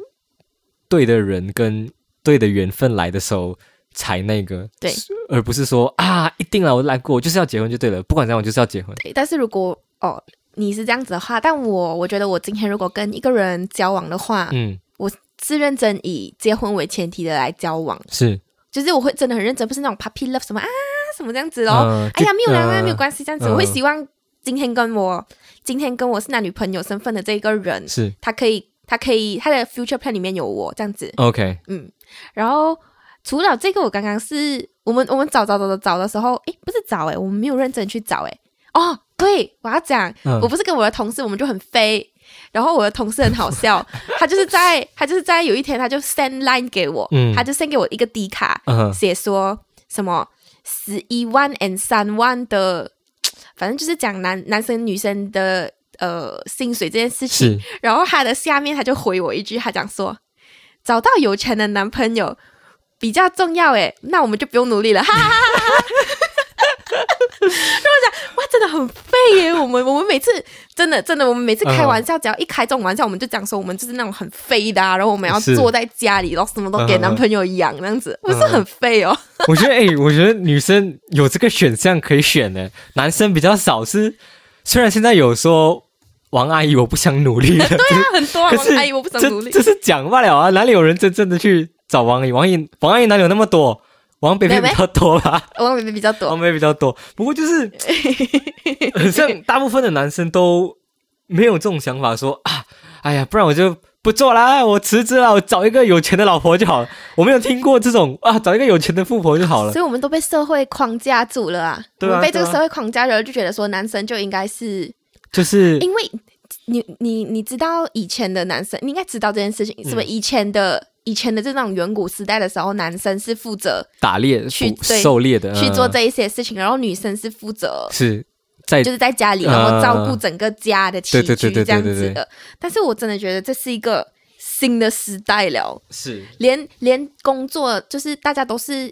Speaker 1: 对的人跟对的缘分来的时候才那个，
Speaker 2: 对，
Speaker 1: 而不是说啊一定了我来过，我就是要结婚就对了，不管怎样我就是要结婚，
Speaker 2: 对，但是如果哦你是这样子的话，但我我觉得我今天如果跟一个人交往的话，
Speaker 1: 嗯，
Speaker 2: 我是认真以结婚为前提的来交往，
Speaker 1: 是。
Speaker 2: 就是我会真的很认真，不是那种 puppy love 什么啊什么这样子哦。
Speaker 1: 嗯，
Speaker 2: 哎呀，没有啦，
Speaker 1: 啦，
Speaker 2: 没有关系，这样子、
Speaker 1: 嗯
Speaker 2: 我会希望今天跟我今天跟我是男女朋友身份的这一个人，
Speaker 1: 是
Speaker 2: 他可以他可以他的 future plan 里面有我这样子，
Speaker 1: OK，
Speaker 2: 嗯，然后除了这个，我刚刚是我们我们找找找找找的时候，诶，不是找诶，我们没有认真去找诶。哦，对，我要讲，
Speaker 1: 嗯
Speaker 2: 我不是跟我的同事，我们就很飞。然后我的同事很 好笑，他就是在他就是在有一天他就 send line 给我，
Speaker 1: 嗯
Speaker 2: 他就 send 给我一个 D 卡，
Speaker 1: 嗯 哼
Speaker 2: 写说什么十一万 and 三万的，反正就是讲男男生女生的呃薪水这件事情。
Speaker 1: 是
Speaker 2: 然后他的下面他就回我一句，他讲说：“找到有钱的男朋友比较重要诶，那我们就不用努力了。”哈哈哈哈哈哈！然后我讲哇，真的很废耶！我们我们每次真的真的，我们每次开玩
Speaker 1: 嗯
Speaker 2: 笑，只要一开这种玩笑，我们就讲说我们就是那种很废的、啊，然后我们要
Speaker 1: 是
Speaker 2: 坐在家里，然后什么都
Speaker 1: 嗯
Speaker 2: 给
Speaker 1: 嗯
Speaker 2: 男朋友养，这样子，不是很废哦？
Speaker 1: 我觉得哎、我觉得女生有这个选项可以选呢，男生比较少是。虽然现在有说王阿姨我不想努力了，
Speaker 2: 对啊，很多啊
Speaker 1: 可，是
Speaker 2: 阿姨，我不想努力
Speaker 1: 这，这是讲罢了啊，哪里有人真正的去找王阿姨？王阿姨王阿姨哪里有那么多？王北北比较多吧，
Speaker 2: 我妹妹比较多
Speaker 1: 王，哦北北比较多。不过就是 很像大部分的男生都没有这种想法说啊，哎呀，不然我就不做啦，我辞职了，我找一个有钱的老婆就好了。我没有听过这种啊，找一个有钱的富婆就好了
Speaker 2: 所。以我们都被社会框架住了啊！
Speaker 1: 对啊
Speaker 2: 我们被这个
Speaker 1: 对啊
Speaker 2: 社会框架了，就觉得说男生就应该是
Speaker 1: 就是
Speaker 2: 因为你你你知道以前的男生，你应该知道这件事情，
Speaker 1: 嗯
Speaker 2: 是不是？以前的、以前的这种远古时代的时候，男生是负责
Speaker 1: 打猎、
Speaker 2: 去
Speaker 1: 捕
Speaker 2: 对
Speaker 1: 狩猎的，
Speaker 2: 去
Speaker 1: 嗯哎
Speaker 2: 做这一些事情，然后女生是负责
Speaker 1: 是在
Speaker 2: 就是在家里，
Speaker 1: 呃
Speaker 2: 然后照顾整个家的起
Speaker 1: 对对
Speaker 2: 居
Speaker 1: 对对对
Speaker 2: 这样
Speaker 1: 对
Speaker 2: 子
Speaker 1: 对
Speaker 2: 的。但是我真的觉得这是一个新的时代了，
Speaker 1: 是
Speaker 2: 连连工作就是大家都是。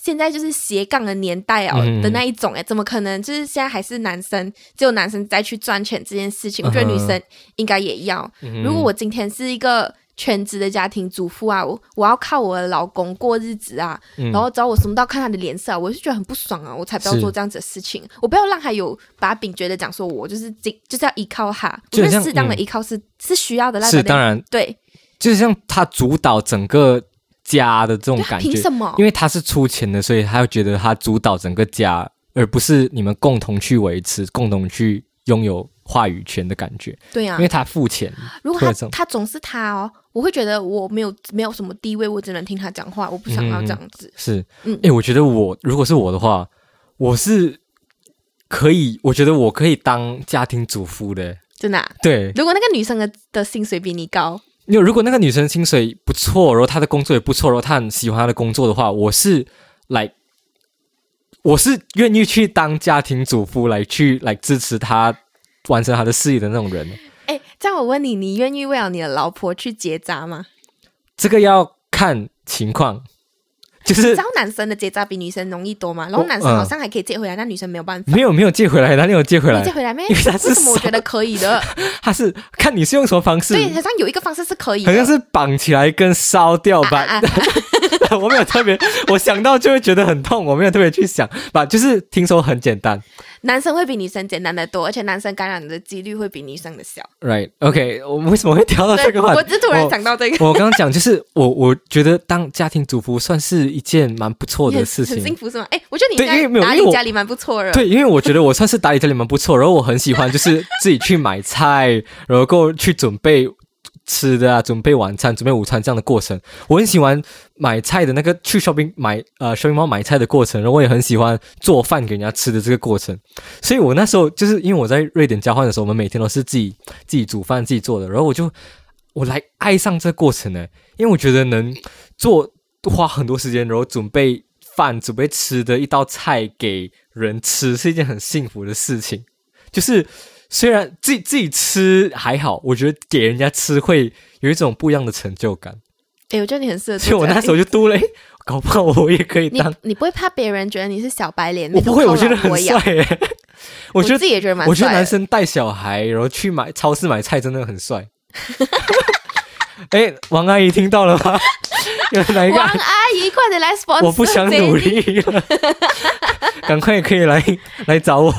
Speaker 2: 现在就是斜杠的年代啊、
Speaker 1: 嗯
Speaker 2: 的那一种哎，怎么可能？就是现在还是男生，只有男生再去赚钱这件事情，我觉得
Speaker 1: 嗯
Speaker 2: 女生应该也要。如果我今天是一个全职的家庭主妇啊，我我要靠我的老公过日子啊，然后找我什么都要看他的脸色、啊，我就觉得很不爽啊，我才不要
Speaker 1: 嗯是
Speaker 2: 做这样子的事情，我不要让他有把柄，觉得讲说我就是这就是要依靠他，我
Speaker 1: 就
Speaker 2: 觉
Speaker 1: 很像
Speaker 2: 得适当的
Speaker 1: 嗯
Speaker 2: 依靠是、是需要的啦，
Speaker 1: 是
Speaker 2: 反正
Speaker 1: 当然，
Speaker 2: 对，
Speaker 1: 就是像他主导整个家的这种
Speaker 2: 对啊
Speaker 1: 感
Speaker 2: 凭
Speaker 1: 觉，
Speaker 2: 什么？
Speaker 1: 因为他是出钱的，所以他会觉得他主导整个家，而不是你们共同去维持、共同去拥有话语权的感觉。
Speaker 2: 对啊
Speaker 1: 因为，他付钱，
Speaker 2: 如果
Speaker 1: 会
Speaker 2: 他
Speaker 1: 有这种
Speaker 2: 他总是他哦，我会觉得我没有没有什么地位，我只能听他讲话，我不想要
Speaker 1: 嗯
Speaker 2: 这样子。
Speaker 1: 是，
Speaker 2: 嗯
Speaker 1: 哎、我觉得我如果是我的话，我是可以，我觉得我可以当家庭主妇的。
Speaker 2: 真的啊、
Speaker 1: 对，
Speaker 2: 如果那个女生的的薪水比你高，
Speaker 1: 因为如果那个女生薪水不错，然后她的工作也不错，然后她很喜欢她的工作的话，我是来，我是愿意去当家庭主妇来去来支持她完成她的事业的那种人。
Speaker 2: 哎，这样我问你，你愿意为了你的老婆去结扎吗？
Speaker 1: 这个要看情况，就是
Speaker 2: 你知道男生的结扎比女生容易多
Speaker 1: 哦
Speaker 2: 吗？然后男生
Speaker 1: 啊
Speaker 2: 好像还可以借回来，那女生没有办法。
Speaker 1: 没有没有借回来，哪里有借回
Speaker 2: 没
Speaker 1: 来
Speaker 2: 借？回来 没？
Speaker 1: 因为他是
Speaker 2: 为什么我觉得可以的？
Speaker 1: 他是看 你是用什么方式，
Speaker 2: 对，好像有一个方式是可以的。
Speaker 1: 好像是绑起来跟烧掉吧。
Speaker 2: 啊啊
Speaker 1: 我没有特别，我想到就会觉得很痛，我没有特别去想吧，就是听说很简单。
Speaker 2: 男生会比女生简单的多，而且男生感染的几率会比女生的小。
Speaker 1: Right, OK，我们为什么会聊到哦这
Speaker 2: 对，
Speaker 1: 个话
Speaker 2: 我
Speaker 1: 题？
Speaker 2: 只突然
Speaker 1: 我
Speaker 2: 想到这个，
Speaker 1: 我刚刚讲就是我，我觉得当家庭主妇算是一件蛮不错
Speaker 2: 你
Speaker 1: 的
Speaker 2: 很
Speaker 1: 事
Speaker 2: 很
Speaker 1: 情
Speaker 2: 幸。福是吗？哎，我觉得你
Speaker 1: 对
Speaker 2: 应该
Speaker 1: 因为没有
Speaker 2: 打
Speaker 1: 因为
Speaker 2: 理
Speaker 1: 我
Speaker 2: 家里蛮不错的。
Speaker 1: 对，因为我觉得我算是打理家里蛮不错，然后我很喜欢就是自己去买菜，然后够去准备吃的啊，准备晚餐、准备午餐这样的过程。我很喜欢买菜的那个去 shopping 买呃 shopping mall 买菜的过程，然后我也很喜欢做饭给人家吃的这个过程。所以我那时候就是因为我在瑞典交换的时候，我们每天都是自己自己煮饭、自己做的，然后我就我来爱上这个过程呢，因为我觉得能做花很多时间，然后准备饭、准备吃的一道菜给人吃，是一件很幸福的事情。就是虽然自己自己吃还好，我觉得给人家吃会有一种不一样的成就感。
Speaker 2: 哎，我觉得你很适合做
Speaker 1: 所
Speaker 2: 这
Speaker 1: 以
Speaker 2: 个。
Speaker 1: 我那时候就嘟了，诶搞不好我也可以
Speaker 2: 你
Speaker 1: 当。
Speaker 2: 你不会怕别人觉得你是小白脸？
Speaker 1: 我不会，
Speaker 2: 那
Speaker 1: 我
Speaker 2: 个
Speaker 1: 觉
Speaker 2: 靠
Speaker 1: 得
Speaker 2: 老
Speaker 1: 很
Speaker 2: 婆一
Speaker 1: 帅
Speaker 2: 样。
Speaker 1: 诶。我觉
Speaker 2: 自
Speaker 1: 得，
Speaker 2: 己也觉得蛮帅的。
Speaker 1: 我觉得男生带小孩然后去买超市买菜真的很帅。 哎，王阿姨听到了吗？ 有哪一个
Speaker 2: 王阿姨，快点来 sponsor！
Speaker 1: 我不想努
Speaker 2: 哦这一集。
Speaker 1: 力了，赶快可以来来找我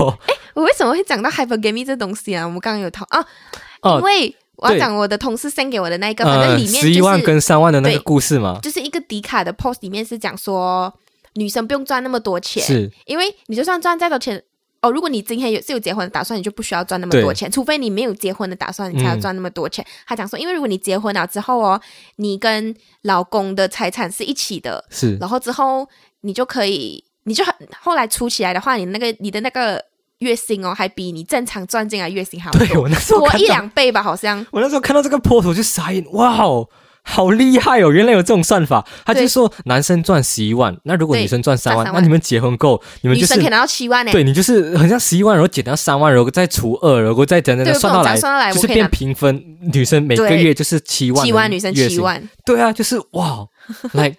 Speaker 2: 我为什么会讲到 hypergamy 这东西啊？我们刚刚有讨啊，因
Speaker 1: 哦。
Speaker 2: 为我要
Speaker 1: 对呃
Speaker 2: 讲我的同事 send 给我的那一个，反正里面
Speaker 1: 十一
Speaker 2: 就
Speaker 1: 万
Speaker 2: 是、
Speaker 1: 跟三万的那个
Speaker 2: 对
Speaker 1: 故事嘛，
Speaker 2: 就是一个迪卡的 post 里面是讲说女生不用赚那么多钱，
Speaker 1: 是
Speaker 2: 因为你就算赚再多钱。哦，如果你今天有是有结婚的打算，你就不需要赚那么多钱，除非你没有结婚的打算，你才要
Speaker 1: 嗯
Speaker 2: 赚那么多钱。他讲说，因为如果你结婚了之后哦，你跟老公的财产是一起的，
Speaker 1: 是
Speaker 2: 然后之后你就可以，你就很后来出起来的话，你那个你的那个月薪哦，还比你正常赚进来月薪还要
Speaker 1: 对
Speaker 2: 多，
Speaker 1: 我那时候
Speaker 2: 多
Speaker 1: 看
Speaker 2: 一
Speaker 1: 到，
Speaker 2: 两倍吧，好像。
Speaker 1: 我那时候看到这个坡头就傻眼，哇哦！好厉害哦！原来有这种算法，他就
Speaker 2: 对
Speaker 1: 说男生赚十一万，那如果
Speaker 2: 对
Speaker 1: 女生赚三万，
Speaker 2: 赚三
Speaker 1: 那
Speaker 2: 万
Speaker 1: 你们结婚够，你们
Speaker 2: 女
Speaker 1: 就是
Speaker 2: 生可以拿到七万呢、
Speaker 1: 对你就是很像十一万，然后减掉三万，然后再除二，然后再等等
Speaker 2: 对，
Speaker 1: 等
Speaker 2: 我
Speaker 1: 算到来，
Speaker 2: 算到来，
Speaker 1: 就
Speaker 2: 我
Speaker 1: 是
Speaker 2: 可以
Speaker 1: 变
Speaker 2: 拿
Speaker 1: 平分。女生每个
Speaker 2: 对
Speaker 1: 月就是七万的月薪，
Speaker 2: 七万，女生七万，
Speaker 1: 对啊，就是 哇，来，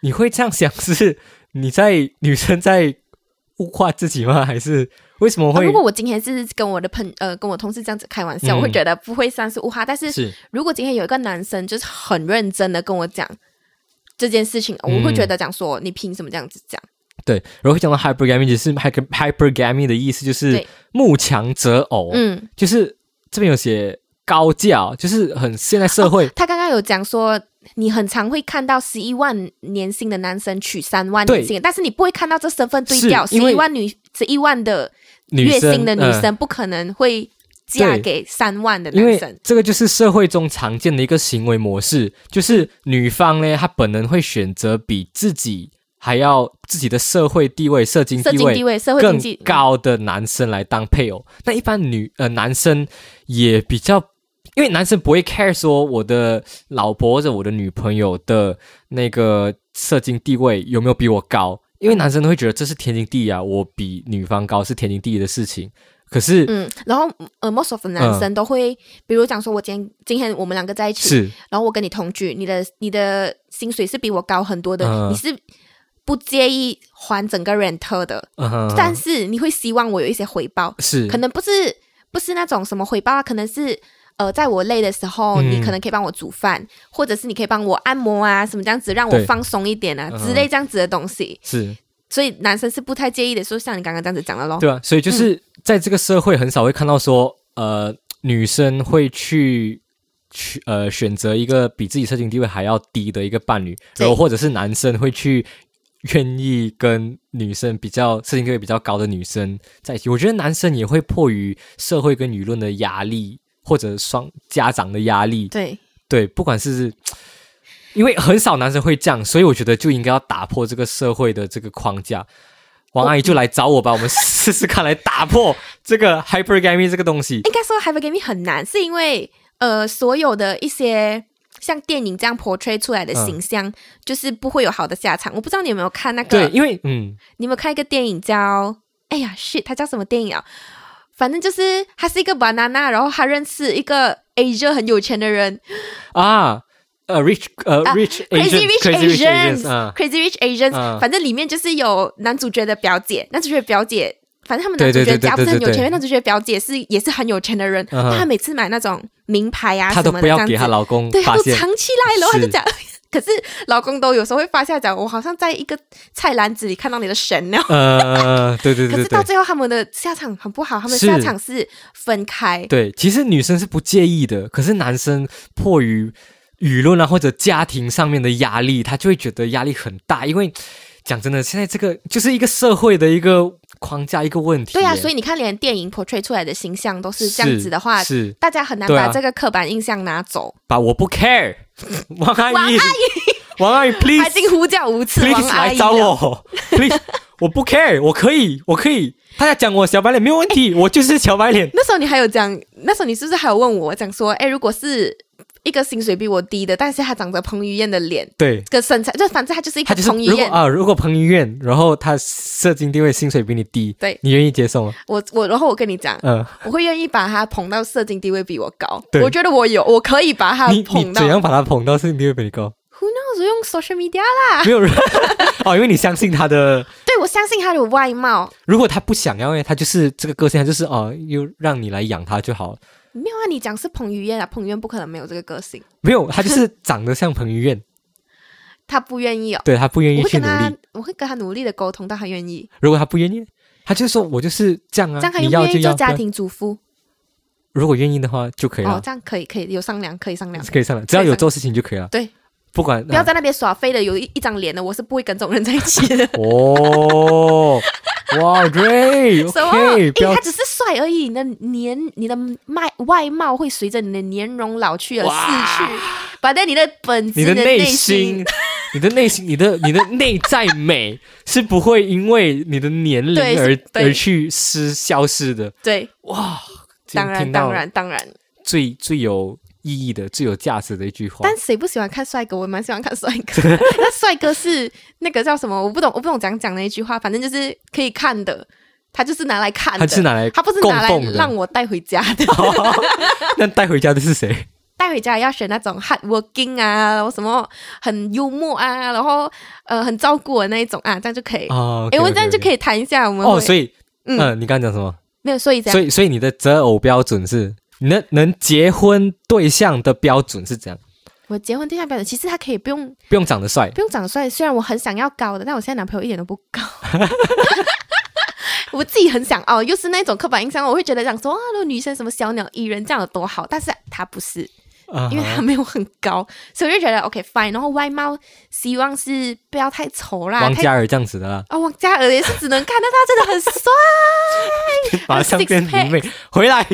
Speaker 1: 你会这样想是你在女生在物化自己吗？还是为什么
Speaker 2: 啊
Speaker 1: 会？
Speaker 2: 如果我今天是跟我的朋呃跟我同事这样子开玩
Speaker 1: 嗯
Speaker 2: 笑，我会觉得不会算是物化。但是
Speaker 1: 是
Speaker 2: 如果今天有一个男生就是很认真的跟我讲这件事情，
Speaker 1: 嗯
Speaker 2: 我会觉得讲说你凭什么这样子讲？
Speaker 1: 对，然后会讲到 hypergamy，就是 hyper hypergamy 的意思就是
Speaker 2: 对
Speaker 1: 慕强择偶，
Speaker 2: 嗯，
Speaker 1: 就是这边有写高价，就是很现在社会、
Speaker 2: 他刚刚有讲说，你很常会看到十一万年薪的男生娶三万
Speaker 1: 对
Speaker 2: 年薪的，但是你不会看到这身份对
Speaker 1: 是
Speaker 2: 调，十
Speaker 1: 因为
Speaker 2: 一万女十一万的
Speaker 1: 女
Speaker 2: 月
Speaker 1: 生
Speaker 2: 薪的女
Speaker 1: 嗯
Speaker 2: 生不可能会嫁
Speaker 1: 对
Speaker 2: 给三万的
Speaker 1: 因
Speaker 2: 男
Speaker 1: 为
Speaker 2: 生。
Speaker 1: 这个就是社会中常见的一个行为模式，
Speaker 2: 嗯
Speaker 1: 就是女方呢，她本能会选择比自己还要自己的社会地位、社经
Speaker 2: 社
Speaker 1: 地
Speaker 2: 经
Speaker 1: 位
Speaker 2: 地位、社会经
Speaker 1: 更
Speaker 2: 济，
Speaker 1: 高的男生来当配偶。那一般女呃男生也比较，因为男生不会 care 说我的老婆或者我的女朋友的那个社经地位有没有比我高，因为男生都会觉得这是天经地义啊，我比女方高是天经地义的事情。可是、
Speaker 2: 嗯，然后呃，most of 的
Speaker 1: 嗯
Speaker 2: 男生都会，比如讲说，我今天今天我们两个在一起，
Speaker 1: 是
Speaker 2: 然后我跟你同居，你的你的薪水是比我高很多的，
Speaker 1: 嗯
Speaker 2: 你是不介意还整个 rent 的，
Speaker 1: 嗯哼，
Speaker 2: 但是你会希望我有一些回报，
Speaker 1: 是
Speaker 2: 可能不是不是那种什么回报啊，可能是呃，在我累的时候，
Speaker 1: 嗯
Speaker 2: 你可能可以帮我煮饭，或者是你可以帮我按摩啊，什么这样子让我
Speaker 1: 对
Speaker 2: 放松一点啊
Speaker 1: 嗯
Speaker 2: 之类这样子的东西。
Speaker 1: 是
Speaker 2: 所以男生是不太介意的，说像你刚刚这样子讲的咯。嗯
Speaker 1: 对啊，所以就是在这个社会很少会看到说，呃，女生会去去呃选择一个比自己社经地位还要低的一个伴侣，
Speaker 2: 对
Speaker 1: 然后或者是男生会去愿意跟女生比较社经地位比较高的女生在一起。我觉得男生也会迫于社会跟舆论的压力，或者双家长的压力，
Speaker 2: 对，
Speaker 1: 对，不管是因为很少男生会这样，所以我觉得就应该要打破这个社会的这个框架。王阿姨就来找我吧，我们试试看，来打破这个 hypergamy 这个东西。
Speaker 2: 应该说 hypergamy 很难，是因为呃，所有的一些像电影这样 portray 出来的
Speaker 1: 嗯
Speaker 2: 形象，就是不会有好的下场。我不知道你有没有看那
Speaker 1: 对，
Speaker 2: 个，
Speaker 1: 因为嗯，
Speaker 2: 你有没有看一个电影叫……哎呀，shit，它叫什么电影啊？反正就是他是一个 banana，然后他认识一个 Asia 很有钱的人
Speaker 1: 啊，呃，rich 呃
Speaker 2: 啊
Speaker 1: rich
Speaker 2: ，Crazy Rich
Speaker 1: Asians，crazy rich
Speaker 2: Asians，Crazy
Speaker 1: Asians 啊，
Speaker 2: Rich Asians，、
Speaker 1: 啊
Speaker 2: 反正里面就是有男主角的表姐，男主角的表姐，反正他们
Speaker 1: 对
Speaker 2: 男主
Speaker 1: 对
Speaker 2: 角
Speaker 1: 对
Speaker 2: 的
Speaker 1: 对
Speaker 2: 家不是很
Speaker 1: 对
Speaker 2: 有
Speaker 1: 对
Speaker 2: 钱，因为男主角的表姐是也是很有钱的人，
Speaker 1: 嗯哼
Speaker 2: 她每次买那种名牌啊
Speaker 1: 她
Speaker 2: 什
Speaker 1: 都
Speaker 2: 么的，
Speaker 1: 不
Speaker 2: 这
Speaker 1: 要
Speaker 2: 样子
Speaker 1: 给她老公
Speaker 2: 对，她
Speaker 1: 发
Speaker 2: 都
Speaker 1: 现。
Speaker 2: 藏起来，然后她就是讲。 可是老公都有时候会发现讲，我好像在一个菜篮子里看到你的神呢。
Speaker 1: 呃，对对
Speaker 2: 可
Speaker 1: 对
Speaker 2: 是
Speaker 1: 对
Speaker 2: 到最后他们的下场很不好，他们
Speaker 1: 是
Speaker 2: 下场是分开。
Speaker 1: 对，其实女生是不介意的，可是男生迫于舆论啊或者家庭上面的压力，他就会觉得压力很大。因为讲真的，现在这个就是一个社会的一个框架，一个问题耶。
Speaker 2: 对啊，所以你看，连电影 portray 出来的形象都是这样子的话，
Speaker 1: 是
Speaker 2: 大家很难
Speaker 1: 对啊
Speaker 2: 把这个刻板印象拿走。
Speaker 1: 把我不 care，王 阿姨，王阿姨
Speaker 2: 他已经
Speaker 1: ，please
Speaker 2: 呼叫五次王
Speaker 1: please
Speaker 2: 阿
Speaker 1: 来
Speaker 2: 姨啊
Speaker 1: 找
Speaker 2: 了。
Speaker 1: 我，please 我不 care，我可以，我可以。大家讲我小白脸没有问 题，我就是小白脸。
Speaker 2: 那时候你还有讲，那时候你是不是还有问我讲说，哎，如果是一个薪水比我低的，但是他长着彭于晏的脸，
Speaker 1: 对，
Speaker 2: 跟身材，就反正他就是一
Speaker 1: 他
Speaker 2: 个
Speaker 1: 就是
Speaker 2: 彭于
Speaker 1: 如果
Speaker 2: 晏。
Speaker 1: 啊，如果彭于晏，然后他社经地位、薪水比你低，
Speaker 2: 对
Speaker 1: 你愿意接受吗？
Speaker 2: 我我，然后我跟你讲，
Speaker 1: 嗯、
Speaker 2: 我会愿意把他捧到社经地位比我高
Speaker 1: 对。
Speaker 2: 我觉得我有，我可以把他
Speaker 1: 你
Speaker 2: 捧
Speaker 1: 你
Speaker 2: 到。
Speaker 1: 怎样把他捧到社经地位比你高？
Speaker 2: Who knows？用 social media 啦。
Speaker 1: 没有人哦，因为你相信他的。
Speaker 2: 对，我相信他的外貌。
Speaker 1: 如果他不想要，他就是这个个性，他就是哦，又让你来养他就好了。
Speaker 2: 没有啊，你讲是彭于晏啊，彭于晏不可能没有这个个性，
Speaker 1: 没有，他就是长得像彭于 晏，
Speaker 2: 他不愿意哦。
Speaker 1: 对他不愿意
Speaker 2: 我会
Speaker 1: 去
Speaker 2: 跟
Speaker 1: 努
Speaker 2: 他
Speaker 1: 力。，
Speaker 2: 我会跟他努力的沟通到他愿意，
Speaker 1: 如果他不愿意，他就说我就是这样啊，
Speaker 2: 这样他
Speaker 1: 你
Speaker 2: 愿
Speaker 1: 要
Speaker 2: 不
Speaker 1: 就
Speaker 2: 愿意
Speaker 1: 要
Speaker 2: 做。
Speaker 1: 不
Speaker 2: 家
Speaker 1: 要
Speaker 2: 庭主妇？
Speaker 1: 如果愿意的话，就可以
Speaker 2: 哦
Speaker 1: 了，，
Speaker 2: 这样可以，可以有商量，可以商量
Speaker 1: 是。可以上来，只要有做事情就可以了。
Speaker 2: 对，
Speaker 1: 不管
Speaker 2: 不要
Speaker 1: 啊
Speaker 2: 在那边耍飞的，有一一张脸的，我是不会跟这种人在一起 的。
Speaker 1: 哦，哇
Speaker 2: 什么？
Speaker 1: ，great，OK，
Speaker 2: 因
Speaker 1: 不要
Speaker 2: 为他只是帅而已，你的年、你的外外貌会随着你的年容老去而逝去，把但你的本质、
Speaker 1: 你的内
Speaker 2: 内
Speaker 1: 心，你的内心，你的你的内在美是不会因为你的年龄
Speaker 2: 对是
Speaker 1: 而
Speaker 2: 对
Speaker 1: 而去失消失的。
Speaker 2: 对，
Speaker 1: 哇，今天
Speaker 2: 当然
Speaker 1: 听到
Speaker 2: 当然当然。
Speaker 1: 最最有意义的、最有价值的一句话
Speaker 2: 但谁不喜欢看帅哥？我蛮喜欢看帅哥。 那帅哥是那个叫什么？我不懂，我不懂讲讲那一句话，反正就是可以看的，他就是拿来看
Speaker 1: 他
Speaker 2: 的，
Speaker 1: 就是拿来
Speaker 2: 他不是拿来
Speaker 1: 供奉的哦
Speaker 2: 让我带回家的。
Speaker 1: 那带回家的是谁？
Speaker 2: 带回家要选那种 hard working 啊，然后什么很幽默啊，然后呃很照顾我那一种啊，这样就可以。
Speaker 1: 哦，
Speaker 2: 哎、我这样就可
Speaker 1: 以。
Speaker 2: 以谈一下我们
Speaker 1: 哦，
Speaker 2: 会
Speaker 1: 所以，
Speaker 2: 嗯
Speaker 1: 嗯，你刚刚讲什么？
Speaker 2: 没有，所以这
Speaker 1: 所
Speaker 2: 样
Speaker 1: 以，所以你的择偶标准是，你能能结婚对象的标准是怎样？
Speaker 2: 我结婚对象标准其实他可以不用
Speaker 1: 不用长得帅
Speaker 2: 不用长帅，虽然我很想要高的，但我现在男朋友一点都不高。 我自己很想哦，又是那种刻板印象，我会觉得想说啊，那个女生什么小鸟依人这样有多好，但是他不是，
Speaker 1: 啊
Speaker 2: 因为他没有很高，所以我就觉得 OK fine。然后外貌希望是不要太丑啦，
Speaker 1: 王
Speaker 2: 太
Speaker 1: 嘉尔这样子的啦，
Speaker 2: 哦，王嘉尔也是只能看到他真的很帅。
Speaker 1: 马上
Speaker 2: six
Speaker 1: 变迷妹，回来，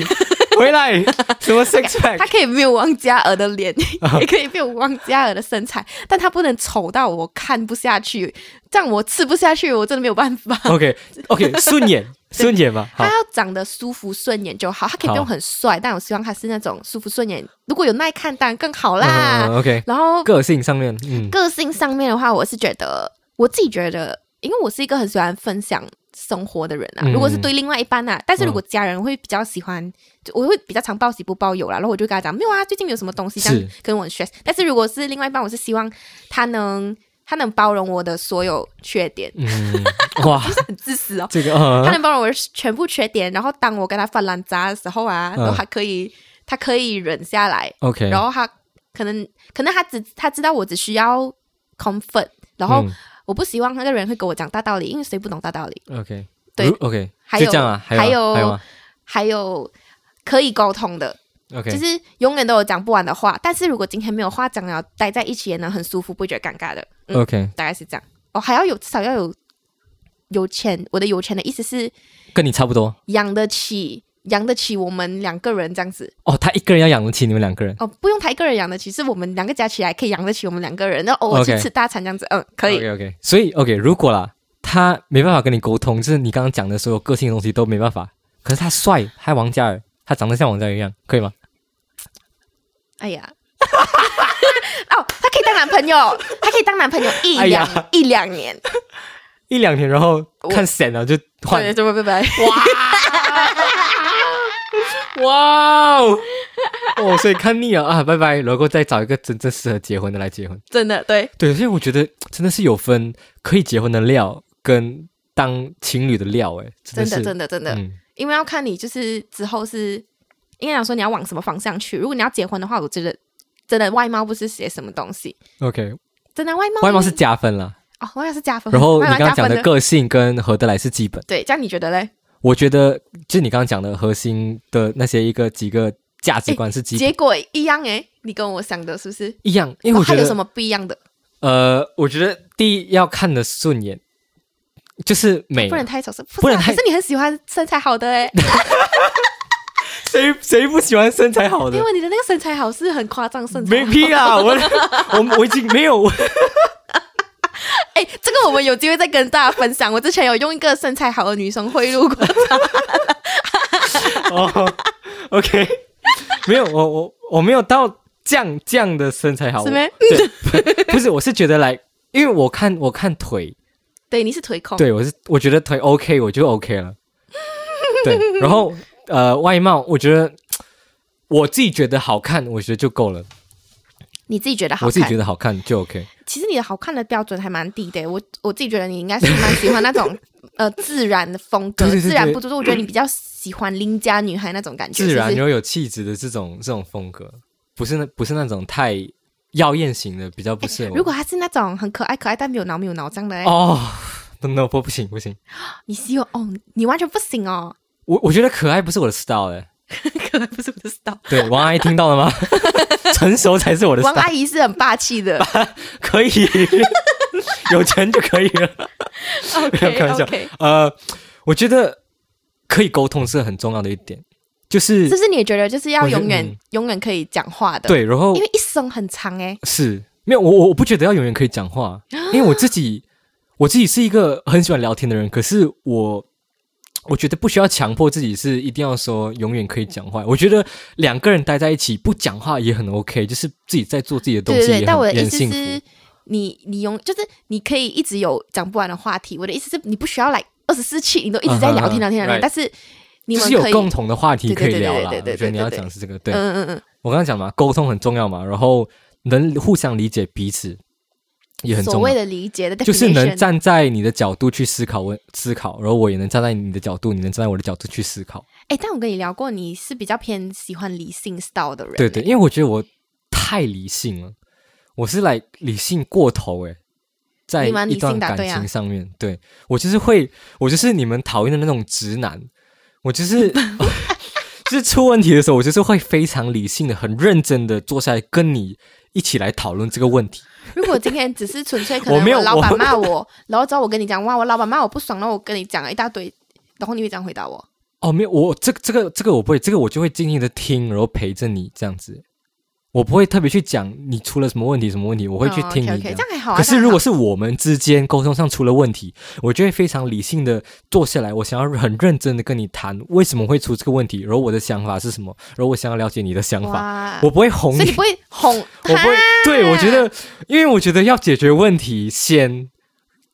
Speaker 1: 回来， 什么 six pack？
Speaker 2: 他可以没有王嘉尔的脸，也可以没有王嘉尔的身材，但他不能丑到我看不下去，这样我吃不下去，我真的没有办法。
Speaker 1: OK OK，顺 眼顺眼吧，好
Speaker 2: 他，要长得舒服顺眼就好，他可以
Speaker 1: 好
Speaker 2: 不用很帅，但我希望他是那种舒服顺眼，如果有耐看当然更好啦。
Speaker 1: 嗯 OK，
Speaker 2: 然后
Speaker 1: 个性上面，嗯，
Speaker 2: 个性上面的话，我是觉得我自己觉得，因为我是一个很喜欢分享生活的人啊。
Speaker 1: 嗯
Speaker 2: 如果是对另外一半啊，但是如果家人会比较喜欢，就我会比较常报喜不报忧啦。然后我就跟他讲，没有啊，最近有什么东西这
Speaker 1: 是
Speaker 2: 样跟我很 stress。但是如果是另外一半，我是希望他能他能包容我的所有缺点，
Speaker 1: 嗯，哇，
Speaker 2: 很自私 哦。
Speaker 1: 这个
Speaker 2: 他
Speaker 1: 呃，
Speaker 2: 能包容我的全部缺点，然后当我跟他发烂渣的时候啊，
Speaker 1: 嗯
Speaker 2: 然后还可以，他可以忍下来，
Speaker 1: OK，
Speaker 2: 然后他可能可能他只他知道我只需要 comfort，然后
Speaker 1: 嗯
Speaker 2: 我不希望那个人会跟我讲大道理，因为谁不懂大道理？
Speaker 1: OK，
Speaker 2: 对
Speaker 1: 如，OK，
Speaker 2: 还
Speaker 1: 就
Speaker 2: 有
Speaker 1: 这样啊，还
Speaker 2: 还
Speaker 1: 有啊还有
Speaker 2: 有
Speaker 1: 啊
Speaker 2: 还有可以沟通的，
Speaker 1: ，OK，
Speaker 2: 就是永远都有讲不完的话。但是如果今天没有话讲了，待在一起也能很舒服，不会觉得尴尬的。嗯
Speaker 1: OK，
Speaker 2: 大概是这样。哦，还要有至少要有有钱。我的有钱的意思是
Speaker 1: 跟你差不多
Speaker 2: 养得起，养得起我们两个人这样子。
Speaker 1: 哦。他一个人要养得起你们两个人，
Speaker 2: 哦，不用他一个人养得起，是我们两个加起来可以养得起我们两个人。那偶尔去
Speaker 1: OK
Speaker 2: 吃大餐这样子，嗯，可以。
Speaker 1: OK OK，所以 OK，如果啦，他没办法跟你沟通，就是你刚刚讲的所有个性的东西都没办法，可是他帅，还王嘉尔，他长得像王嘉尔一样，可以吗？
Speaker 2: 哎呀， 哦，他可以当男朋友，他可以当男朋友一
Speaker 1: 哎
Speaker 2: 两、
Speaker 1: 呀
Speaker 2: 一两年。
Speaker 1: 一两天，然后
Speaker 2: 我
Speaker 1: 看闪了就换，
Speaker 2: 对，对，拜拜。
Speaker 1: 哇哦， 哦，所以看腻了啊，拜拜，然后再找一个真正适合结婚的来结婚。
Speaker 2: 真的对，
Speaker 1: 对，所以我觉得真的是有分可以结婚的料跟当情侣的料，哎，
Speaker 2: 真
Speaker 1: 的
Speaker 2: 的
Speaker 1: 是
Speaker 2: 真的真的，
Speaker 1: 嗯
Speaker 2: 因为要看你就是之后是应该讲说你要往什么方向去。如果你要结婚的话，我觉得真的外貌不是写什么东西，
Speaker 1: ，OK，
Speaker 2: 真的外貌
Speaker 1: 外貌是加分啦，
Speaker 2: 哦，外貌是加分。
Speaker 1: 然后
Speaker 2: 外
Speaker 1: 你刚
Speaker 2: 貌加
Speaker 1: 刚讲的
Speaker 2: 分的
Speaker 1: 个性跟合得来是基本。
Speaker 2: 对，这样你觉得嘞？
Speaker 1: 我觉得就你刚刚讲的核心的那些一个几个价值观是基
Speaker 2: 结
Speaker 1: 本
Speaker 2: 果一样诶，你跟我想的是不是？
Speaker 1: 一样，因为
Speaker 2: 哦
Speaker 1: 我觉
Speaker 2: 还有什
Speaker 1: 得
Speaker 2: 么不一样的？
Speaker 1: 呃，我觉得第一要看得顺眼，就是美
Speaker 2: 不，能太丑是？不
Speaker 1: 不
Speaker 2: 是
Speaker 1: 能
Speaker 2: 啊，
Speaker 1: 太
Speaker 2: 可是你很喜欢身材好的欸诶，
Speaker 1: 谁谁不喜欢身材好的
Speaker 2: 因？为你的那个身材好是很夸张的身材
Speaker 1: 没
Speaker 2: 好。
Speaker 1: 屁 啊！我我我已经没有 我
Speaker 2: 哎，这个我们有机会再跟大家分享。我之前有用一个身材好的女生贿赂过，
Speaker 1: 哦，OK，没有我我我没有到这样这样的身材好，
Speaker 2: 是咩
Speaker 1: 我？对 不是，我是觉得来，因为我看我看腿，
Speaker 2: 对，你是腿控，
Speaker 1: 对我是我觉得腿 OK，我就 OK 了。 对，然后呃，外貌我觉得我自己觉得好看，我觉得就够了，
Speaker 2: 你自己觉得好看。
Speaker 1: 我自己觉得好看就 OK。
Speaker 2: 其实你的好看的标准还蛮低的，我我自己觉得你应该是蛮喜欢那种呃自然的风格，
Speaker 1: 对对对对
Speaker 2: 自然不做作。我觉得你比较喜欢邻家女孩那种感觉，
Speaker 1: 自然
Speaker 2: 是不
Speaker 1: 然
Speaker 2: 是
Speaker 1: 后有气质的这种这种风格，不是那不是那种太妖艳型的，比较不适合我。
Speaker 2: 如果她是那种很可爱可爱但没有脑没有脑这样的欸，
Speaker 1: 哦，no，不不行不行，
Speaker 2: 你希望哦，你完全不行 哦，
Speaker 1: 我我觉得可爱不是我的 style 哎。
Speaker 2: 可能不是我的 style。
Speaker 1: 对，王阿姨听到了吗？成熟才是我的
Speaker 2: 王
Speaker 1: style，
Speaker 2: 阿姨是很霸气的
Speaker 1: 可以 有钱就可以了。没有
Speaker 2: ，OK
Speaker 1: 开玩笑
Speaker 2: OK，
Speaker 1: 呃，我觉得可以沟通是很重要的一点，就是
Speaker 2: 是不是你觉得就是要
Speaker 1: 我觉得
Speaker 2: 永远
Speaker 1: 嗯
Speaker 2: 永远可以讲话的？，
Speaker 1: 对，然后
Speaker 2: 因为一生很长哎，
Speaker 1: 是没有我我我不觉得要永远可以讲 话，因为我自己我自己是一个很喜欢聊天的人，可是我我觉得不需要强迫自己是一定要说永远可以讲话。我觉得两个人待在一起不讲话也很 OK，就是自己在做自己的东
Speaker 2: 对
Speaker 1: 西也
Speaker 2: 对
Speaker 1: 很
Speaker 2: 对，但我的
Speaker 1: 也
Speaker 2: 意
Speaker 1: 很
Speaker 2: 思
Speaker 1: 幸
Speaker 2: 是
Speaker 1: 福。，
Speaker 2: 你你永就是你可以一直有讲不完的话题。我的意思是你不需要来二十四期，你都一直在聊天聊天
Speaker 1: 嗯嗯嗯
Speaker 2: 聊天，
Speaker 1: ，right
Speaker 2: 但是你
Speaker 1: 就
Speaker 2: 们
Speaker 1: 是有
Speaker 2: 可以，
Speaker 1: 共同的话题
Speaker 2: 对
Speaker 1: 可以
Speaker 2: 对对
Speaker 1: 聊
Speaker 2: 对
Speaker 1: 啦，
Speaker 2: 对
Speaker 1: 我
Speaker 2: 对
Speaker 1: 觉得
Speaker 2: 对
Speaker 1: 你
Speaker 2: 对
Speaker 1: 要
Speaker 2: 对
Speaker 1: 讲是这个，
Speaker 2: 嗯
Speaker 1: 对
Speaker 2: 嗯嗯
Speaker 1: 我刚刚讲嘛，沟通很重要嘛，然后能互相理解彼此也
Speaker 2: 嗯，
Speaker 1: 很
Speaker 2: 所
Speaker 1: 重
Speaker 2: 谓
Speaker 1: 要，
Speaker 2: 的理解的 definition，
Speaker 1: 就是能站在你的角度去思考问思考，然后我也能站在你的角度，你能站在我的角度去思考。
Speaker 2: 哎，但我跟你聊过，你是比较偏喜欢理性 style 的人，欸
Speaker 1: 对对，因为我觉得我太理性了，我是来理性过头诶，在
Speaker 2: 你蛮理
Speaker 1: 一段
Speaker 2: 性的
Speaker 1: 感
Speaker 2: 对啊
Speaker 1: 情上面，对,、我就是会，我就是你们讨厌的那种直男，我就是 就是出问题的时候，我就是会非常理性的、很认真的坐下来跟你一起来讨论这个问题。
Speaker 2: 如果今天只是纯粹可
Speaker 1: 我
Speaker 2: 能
Speaker 1: 没有
Speaker 2: 我老板
Speaker 1: 我
Speaker 2: 骂我，然后之后我跟你讲哇，我老板骂我不爽，然后我跟你讲了一大堆，然后你会这样回答我。
Speaker 1: 哦，没有，我这个这个这个我不会，这个我就会静静的听，然后陪着你这样子，我不会特别去讲你出了什么问题什么问题，我
Speaker 2: 我
Speaker 1: 会去听你
Speaker 2: o
Speaker 1: 讲。
Speaker 2: k 这样还好啊。
Speaker 1: 可
Speaker 2: 这
Speaker 1: 是
Speaker 2: 样还
Speaker 1: 如果
Speaker 2: 好
Speaker 1: 是我们之间沟通上出了问题，我就会非常理性的坐下来，我想要很认真的跟你谈为什么会出这个问题，然后我的想法是什么，然后我想要了解你的想法，
Speaker 2: 哇，
Speaker 1: 我不会哄
Speaker 2: 所以你不会 哄，
Speaker 1: 我不会
Speaker 2: 哈。
Speaker 1: 对，我觉得，因为我觉得要解决问题先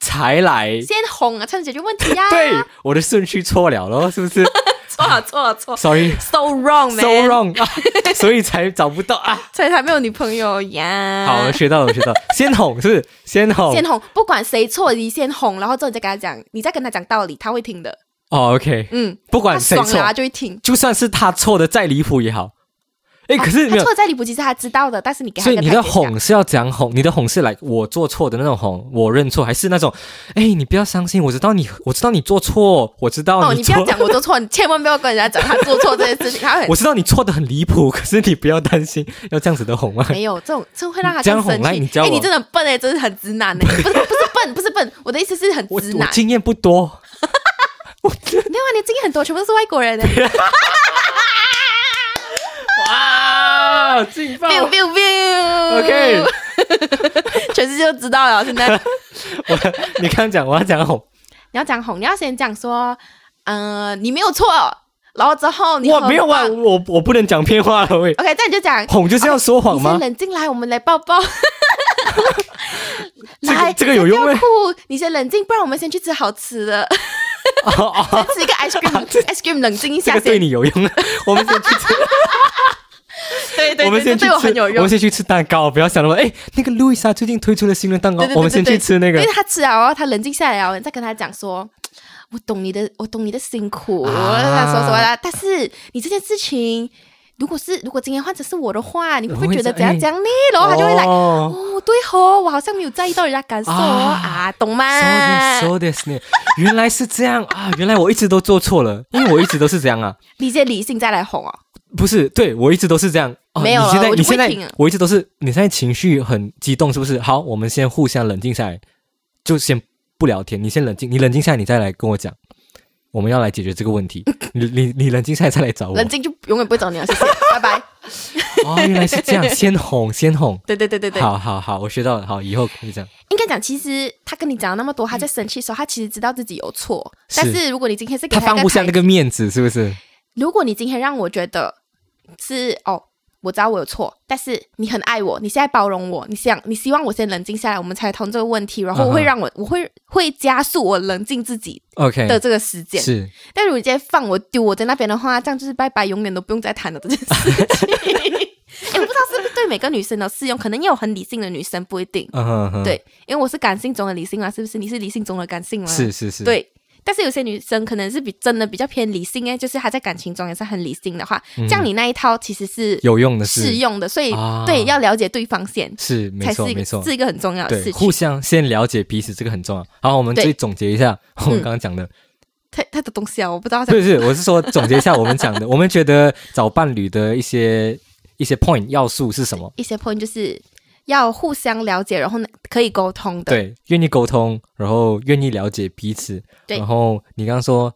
Speaker 1: 才来，
Speaker 2: 先哄啊，才能解决问题呀、
Speaker 1: 对，我的顺序错了咯，是不 是
Speaker 2: 错了错了错了
Speaker 1: ？Sorry。
Speaker 2: ，so wrong man，
Speaker 1: so wrong 啊，所以才找不到啊。
Speaker 2: 所以才没有女朋友呀。
Speaker 1: 好，我学到了，我学到了，先哄是不是？先哄。
Speaker 2: 嗯先哄，不管谁错，你先哄，然后之后你再跟他讲，你再跟他讲道理，他会听的。
Speaker 1: 哦，OK，
Speaker 2: 嗯，
Speaker 1: 不
Speaker 2: 不
Speaker 1: 管谁
Speaker 2: 爽
Speaker 1: 错
Speaker 2: 了，他就会听。
Speaker 1: 就算是他错的再离谱也好，哎，可是没
Speaker 2: 啊他
Speaker 1: 有
Speaker 2: 错，在离谱，其实他知道的，但是你给他
Speaker 1: 所
Speaker 2: 一
Speaker 1: 以
Speaker 2: 个
Speaker 1: 你
Speaker 2: 台
Speaker 1: 的
Speaker 2: 阶下
Speaker 1: 哄是要讲哄，你的哄是来我做错的那种哄，我认错，还是那种，哎，你不要伤心，我知道你，我知道你做错，我知道
Speaker 2: 哦，你不
Speaker 1: 错，
Speaker 2: 要讲我做错，你千万不要跟人家讲他做错这件事情，他会很
Speaker 1: 我知道你错的很离谱，可是你不要担心，要这样子的哄啊。
Speaker 2: 没有这种，这会让他
Speaker 1: 这样
Speaker 2: 更生
Speaker 1: 哄来你
Speaker 2: 气。
Speaker 1: 教
Speaker 2: 哎、
Speaker 1: 我
Speaker 2: 你真的很笨哎、真是很直男哎、不是不是笨，不是笨，我的意思是很
Speaker 1: 我
Speaker 2: 直
Speaker 1: 我
Speaker 2: 男。
Speaker 1: 经验不多，
Speaker 2: 没有啊，你经验很多，全部都是外 国人哎、
Speaker 1: 啊哇，劲爆
Speaker 2: biu biu biu。
Speaker 1: ！OK，
Speaker 2: 全世界都知道了。现在
Speaker 1: 我 你刚刚讲我要讲哄，
Speaker 2: 你要讲哄，你要先讲说，嗯、你没有错，然后之后你
Speaker 1: 我
Speaker 2: 很
Speaker 1: 没有啊，
Speaker 2: 棒
Speaker 1: 我我不能讲偏话了喂，
Speaker 2: OK，这样你就讲，
Speaker 1: 哄就是要说谎
Speaker 2: 你先
Speaker 1: 吗？
Speaker 2: 冷静来，我们来抱抱。
Speaker 1: 这个，
Speaker 2: 来
Speaker 1: 这个有用
Speaker 2: 不
Speaker 1: 吗
Speaker 2: 要？哭，你先冷静，不然我们先去吃好吃的，
Speaker 1: 哦哦
Speaker 2: 先吃一个 ice cream，ice cream 冷静一
Speaker 1: 这
Speaker 2: 下
Speaker 1: 个对
Speaker 2: 先。
Speaker 1: 你有用啊，我们先去吃
Speaker 2: 对对
Speaker 1: 我们
Speaker 2: 对，
Speaker 1: 先
Speaker 2: 这
Speaker 1: 去
Speaker 2: 对我很
Speaker 1: 吃，
Speaker 2: 有
Speaker 1: 我
Speaker 2: 用
Speaker 1: 们。先去吃蛋糕，不要想那么哎，那个路易莎最近推出了新的蛋糕
Speaker 2: 对对，对
Speaker 1: 哦我们先去吃那
Speaker 2: 因
Speaker 1: 个
Speaker 2: 为。他吃了，然后他冷静下来了，你再跟他讲说。我懂你的，我懂你的辛苦，我
Speaker 1: 啊
Speaker 2: 跟他说什么啦？但是你这件事情，如果是如果今天换成是我的话，你会不
Speaker 1: 我
Speaker 2: 会
Speaker 1: 会
Speaker 2: 觉得
Speaker 1: 这
Speaker 2: 怎样
Speaker 1: 哎
Speaker 2: 讲呢？然后他就会来，
Speaker 1: 哦，
Speaker 2: 哦，对吼，我好像没有在意到人家感受哦
Speaker 1: 啊
Speaker 2: 啊，懂吗？
Speaker 1: 说的是呢，原来是这样啊，原来我一直都做错了，因为我一直都是这样啊，
Speaker 2: 理解理性再来哄哦，
Speaker 1: 不是，对我一直都是这样。哦、
Speaker 2: 没有啊
Speaker 1: 你现在
Speaker 2: 了我
Speaker 1: 你
Speaker 2: 就不会
Speaker 1: 现在
Speaker 2: 听了
Speaker 1: 我一直都是，你现在情绪很激动，是不是？好，我们先互相冷静下来，就先不聊天，你先冷静，你冷静下来，你再来跟我讲，我们要来解决这个 问题。你你你冷静下来再来找我
Speaker 2: 冷。静就永远不会找 你了，谢谢，拜拜。
Speaker 1: 哦，原来是这样，先哄先哄。
Speaker 2: 对对对 对对，
Speaker 1: 好好好，我学到了，好，以后可以这样。
Speaker 2: 应该讲，其实他跟你讲了那么多，他在生气的时候，他其实知道自己有错，
Speaker 1: 是
Speaker 2: 但是如果你今天是
Speaker 1: 他
Speaker 2: 给 他一
Speaker 1: 放不
Speaker 2: 个
Speaker 1: 下
Speaker 2: 台
Speaker 1: 那个面子，是不是？
Speaker 2: 如果你今天让我觉得是哦，我知道我有错，但是你很爱我，你现在包容我，你想你希望我先冷静下来，我们才讨论这个问题，然
Speaker 1: 嗯
Speaker 2: 后
Speaker 1: 哼
Speaker 2: 我会让我、我会会加速我冷静自己
Speaker 1: OK，
Speaker 2: 的这个时间。
Speaker 1: 哎是
Speaker 2: 但如果你今天放我丢我在那边的话，这样就是拜拜，永远都不用再谈了这件 事情。哎，我 不知道是不是对每个女生都适用，可能也有很理性的女生，不一定。
Speaker 1: 嗯哼哼，
Speaker 2: 对，因为我是感性中的理性啊嘛，是不是？你是理性中的感性嘛？
Speaker 1: 是是是，，
Speaker 2: 对。但是有些女生可能是比真的比较偏理性哎，就是她在感情中也是很理性的话，这样你那一套其实是
Speaker 1: 嗯有用的是
Speaker 2: 适用的，所以、
Speaker 1: 啊
Speaker 2: 对要了解对方先，
Speaker 1: 是没
Speaker 2: 才
Speaker 1: 错
Speaker 2: 是一
Speaker 1: 没
Speaker 2: 个
Speaker 1: 错，
Speaker 2: 是一个很重要的
Speaker 1: 对
Speaker 2: 事，
Speaker 1: 互
Speaker 2: 情。
Speaker 1: 相先了解彼此，这个很重要。好，我们
Speaker 2: 啊对
Speaker 1: 最总结一下我们
Speaker 2: 嗯
Speaker 1: 刚刚讲的，
Speaker 2: 他他的东西啊，我不知道
Speaker 1: 不
Speaker 2: 他
Speaker 1: 是不是，我是说总结一下我们讲的，我们觉得找伴侣的一些一些 point 要素是什么？
Speaker 2: 一些 point 就是要互相了解，然后呢可以沟通的。
Speaker 1: 对，愿意沟通，然后愿意了解彼此，
Speaker 2: 对
Speaker 1: 然后你刚刚说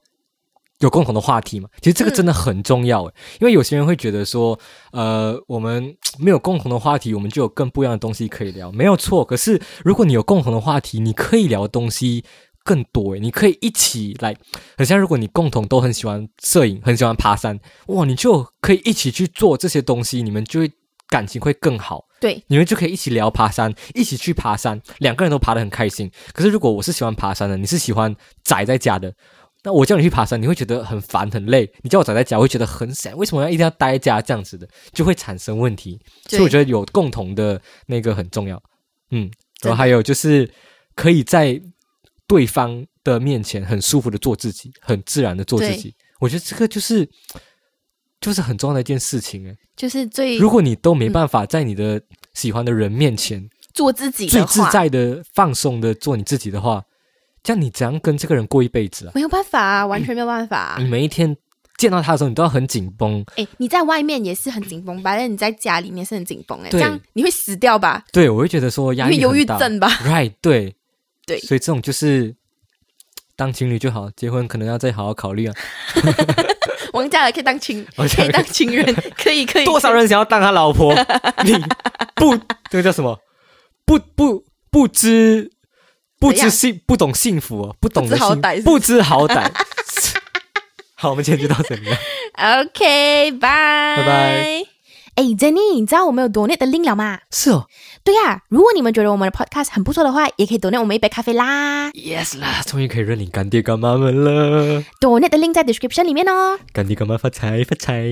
Speaker 1: 有共同的话题嘛，其实这个
Speaker 2: 嗯
Speaker 1: 真的很重要诶，因为有些人会觉得说，呃，我们没有共同的话题，我们就有更不一样的东西可以聊，没有错。可是如果你有共同的话题，你可以聊的东西。更多诶，你可以一起来，很像如果你共同都很喜欢摄影，很喜欢爬山，哇，你就可以一起去做这些东西，你们就会感情会更好。
Speaker 2: 对
Speaker 1: 你们就可以一起聊爬山，一起去爬山，两个人都爬得很开心。可是如果我是喜欢爬山的，你是喜欢宅在家的，那我叫你去爬山，你会觉得很烦很累；你叫我宅在家，我会觉得很散。为什么要一定要待在家这样子的，就会产生问题。所以我觉得有共同的那个很重要，嗯，然后还有就是可以在对方的面前很舒服的做自己，很自然的做自
Speaker 2: 对
Speaker 1: 己。我觉得这个就是就是很重要的一件事情哎。
Speaker 2: 就是最
Speaker 1: 如果你都没办法在你的喜欢的人面前
Speaker 2: 做自己
Speaker 1: 最
Speaker 2: 的
Speaker 1: 自
Speaker 2: 话，
Speaker 1: 在的、放松的做你自己的话，这样你怎样跟这个人过一辈子啊？
Speaker 2: 没有办法啊，完全没有办法、啊。
Speaker 1: 你每一天见到他的时候，你都要很紧绷。
Speaker 2: 哎、你在外面也是很紧绷吧？但是你在家里面是很紧绷哎，这
Speaker 1: 对
Speaker 2: 样你会死掉吧？
Speaker 1: 对我会觉得说
Speaker 2: 你
Speaker 1: 压
Speaker 2: 会
Speaker 1: 力
Speaker 2: 忧郁
Speaker 1: 很大。
Speaker 2: 症吧？
Speaker 1: Right，对
Speaker 2: 对
Speaker 1: 所以这种就是当情侣就好，结婚可能要再好好考 虑啊。
Speaker 2: 王嘉尔可以当情，
Speaker 1: 王嘉
Speaker 2: 可
Speaker 1: 尔
Speaker 2: 以当情人， 可以可以。
Speaker 1: 多少人想要当他老 婆？你不这个叫什么？不不不知不
Speaker 2: 怎
Speaker 1: 知
Speaker 2: 样
Speaker 1: 幸不懂幸福哦，不懂得
Speaker 2: 不知好
Speaker 1: 幸
Speaker 2: 歹是
Speaker 1: 不知好歹。 好，我们今天就到这 里了。
Speaker 2: OK，拜
Speaker 1: 拜拜。
Speaker 2: 哎、j e n n y 你知道我们有 donate 的 link 了吗？
Speaker 1: 是哦
Speaker 2: 对呀、如果你们觉得我们的 podcast 很不错的话，也可以 donate 我们一杯咖啡啦。
Speaker 1: ，Yes 啦，终于可以认领干爹干妈们了，
Speaker 2: donate 的 link 在 description 里面哦。
Speaker 1: 干爹干妈发财发财。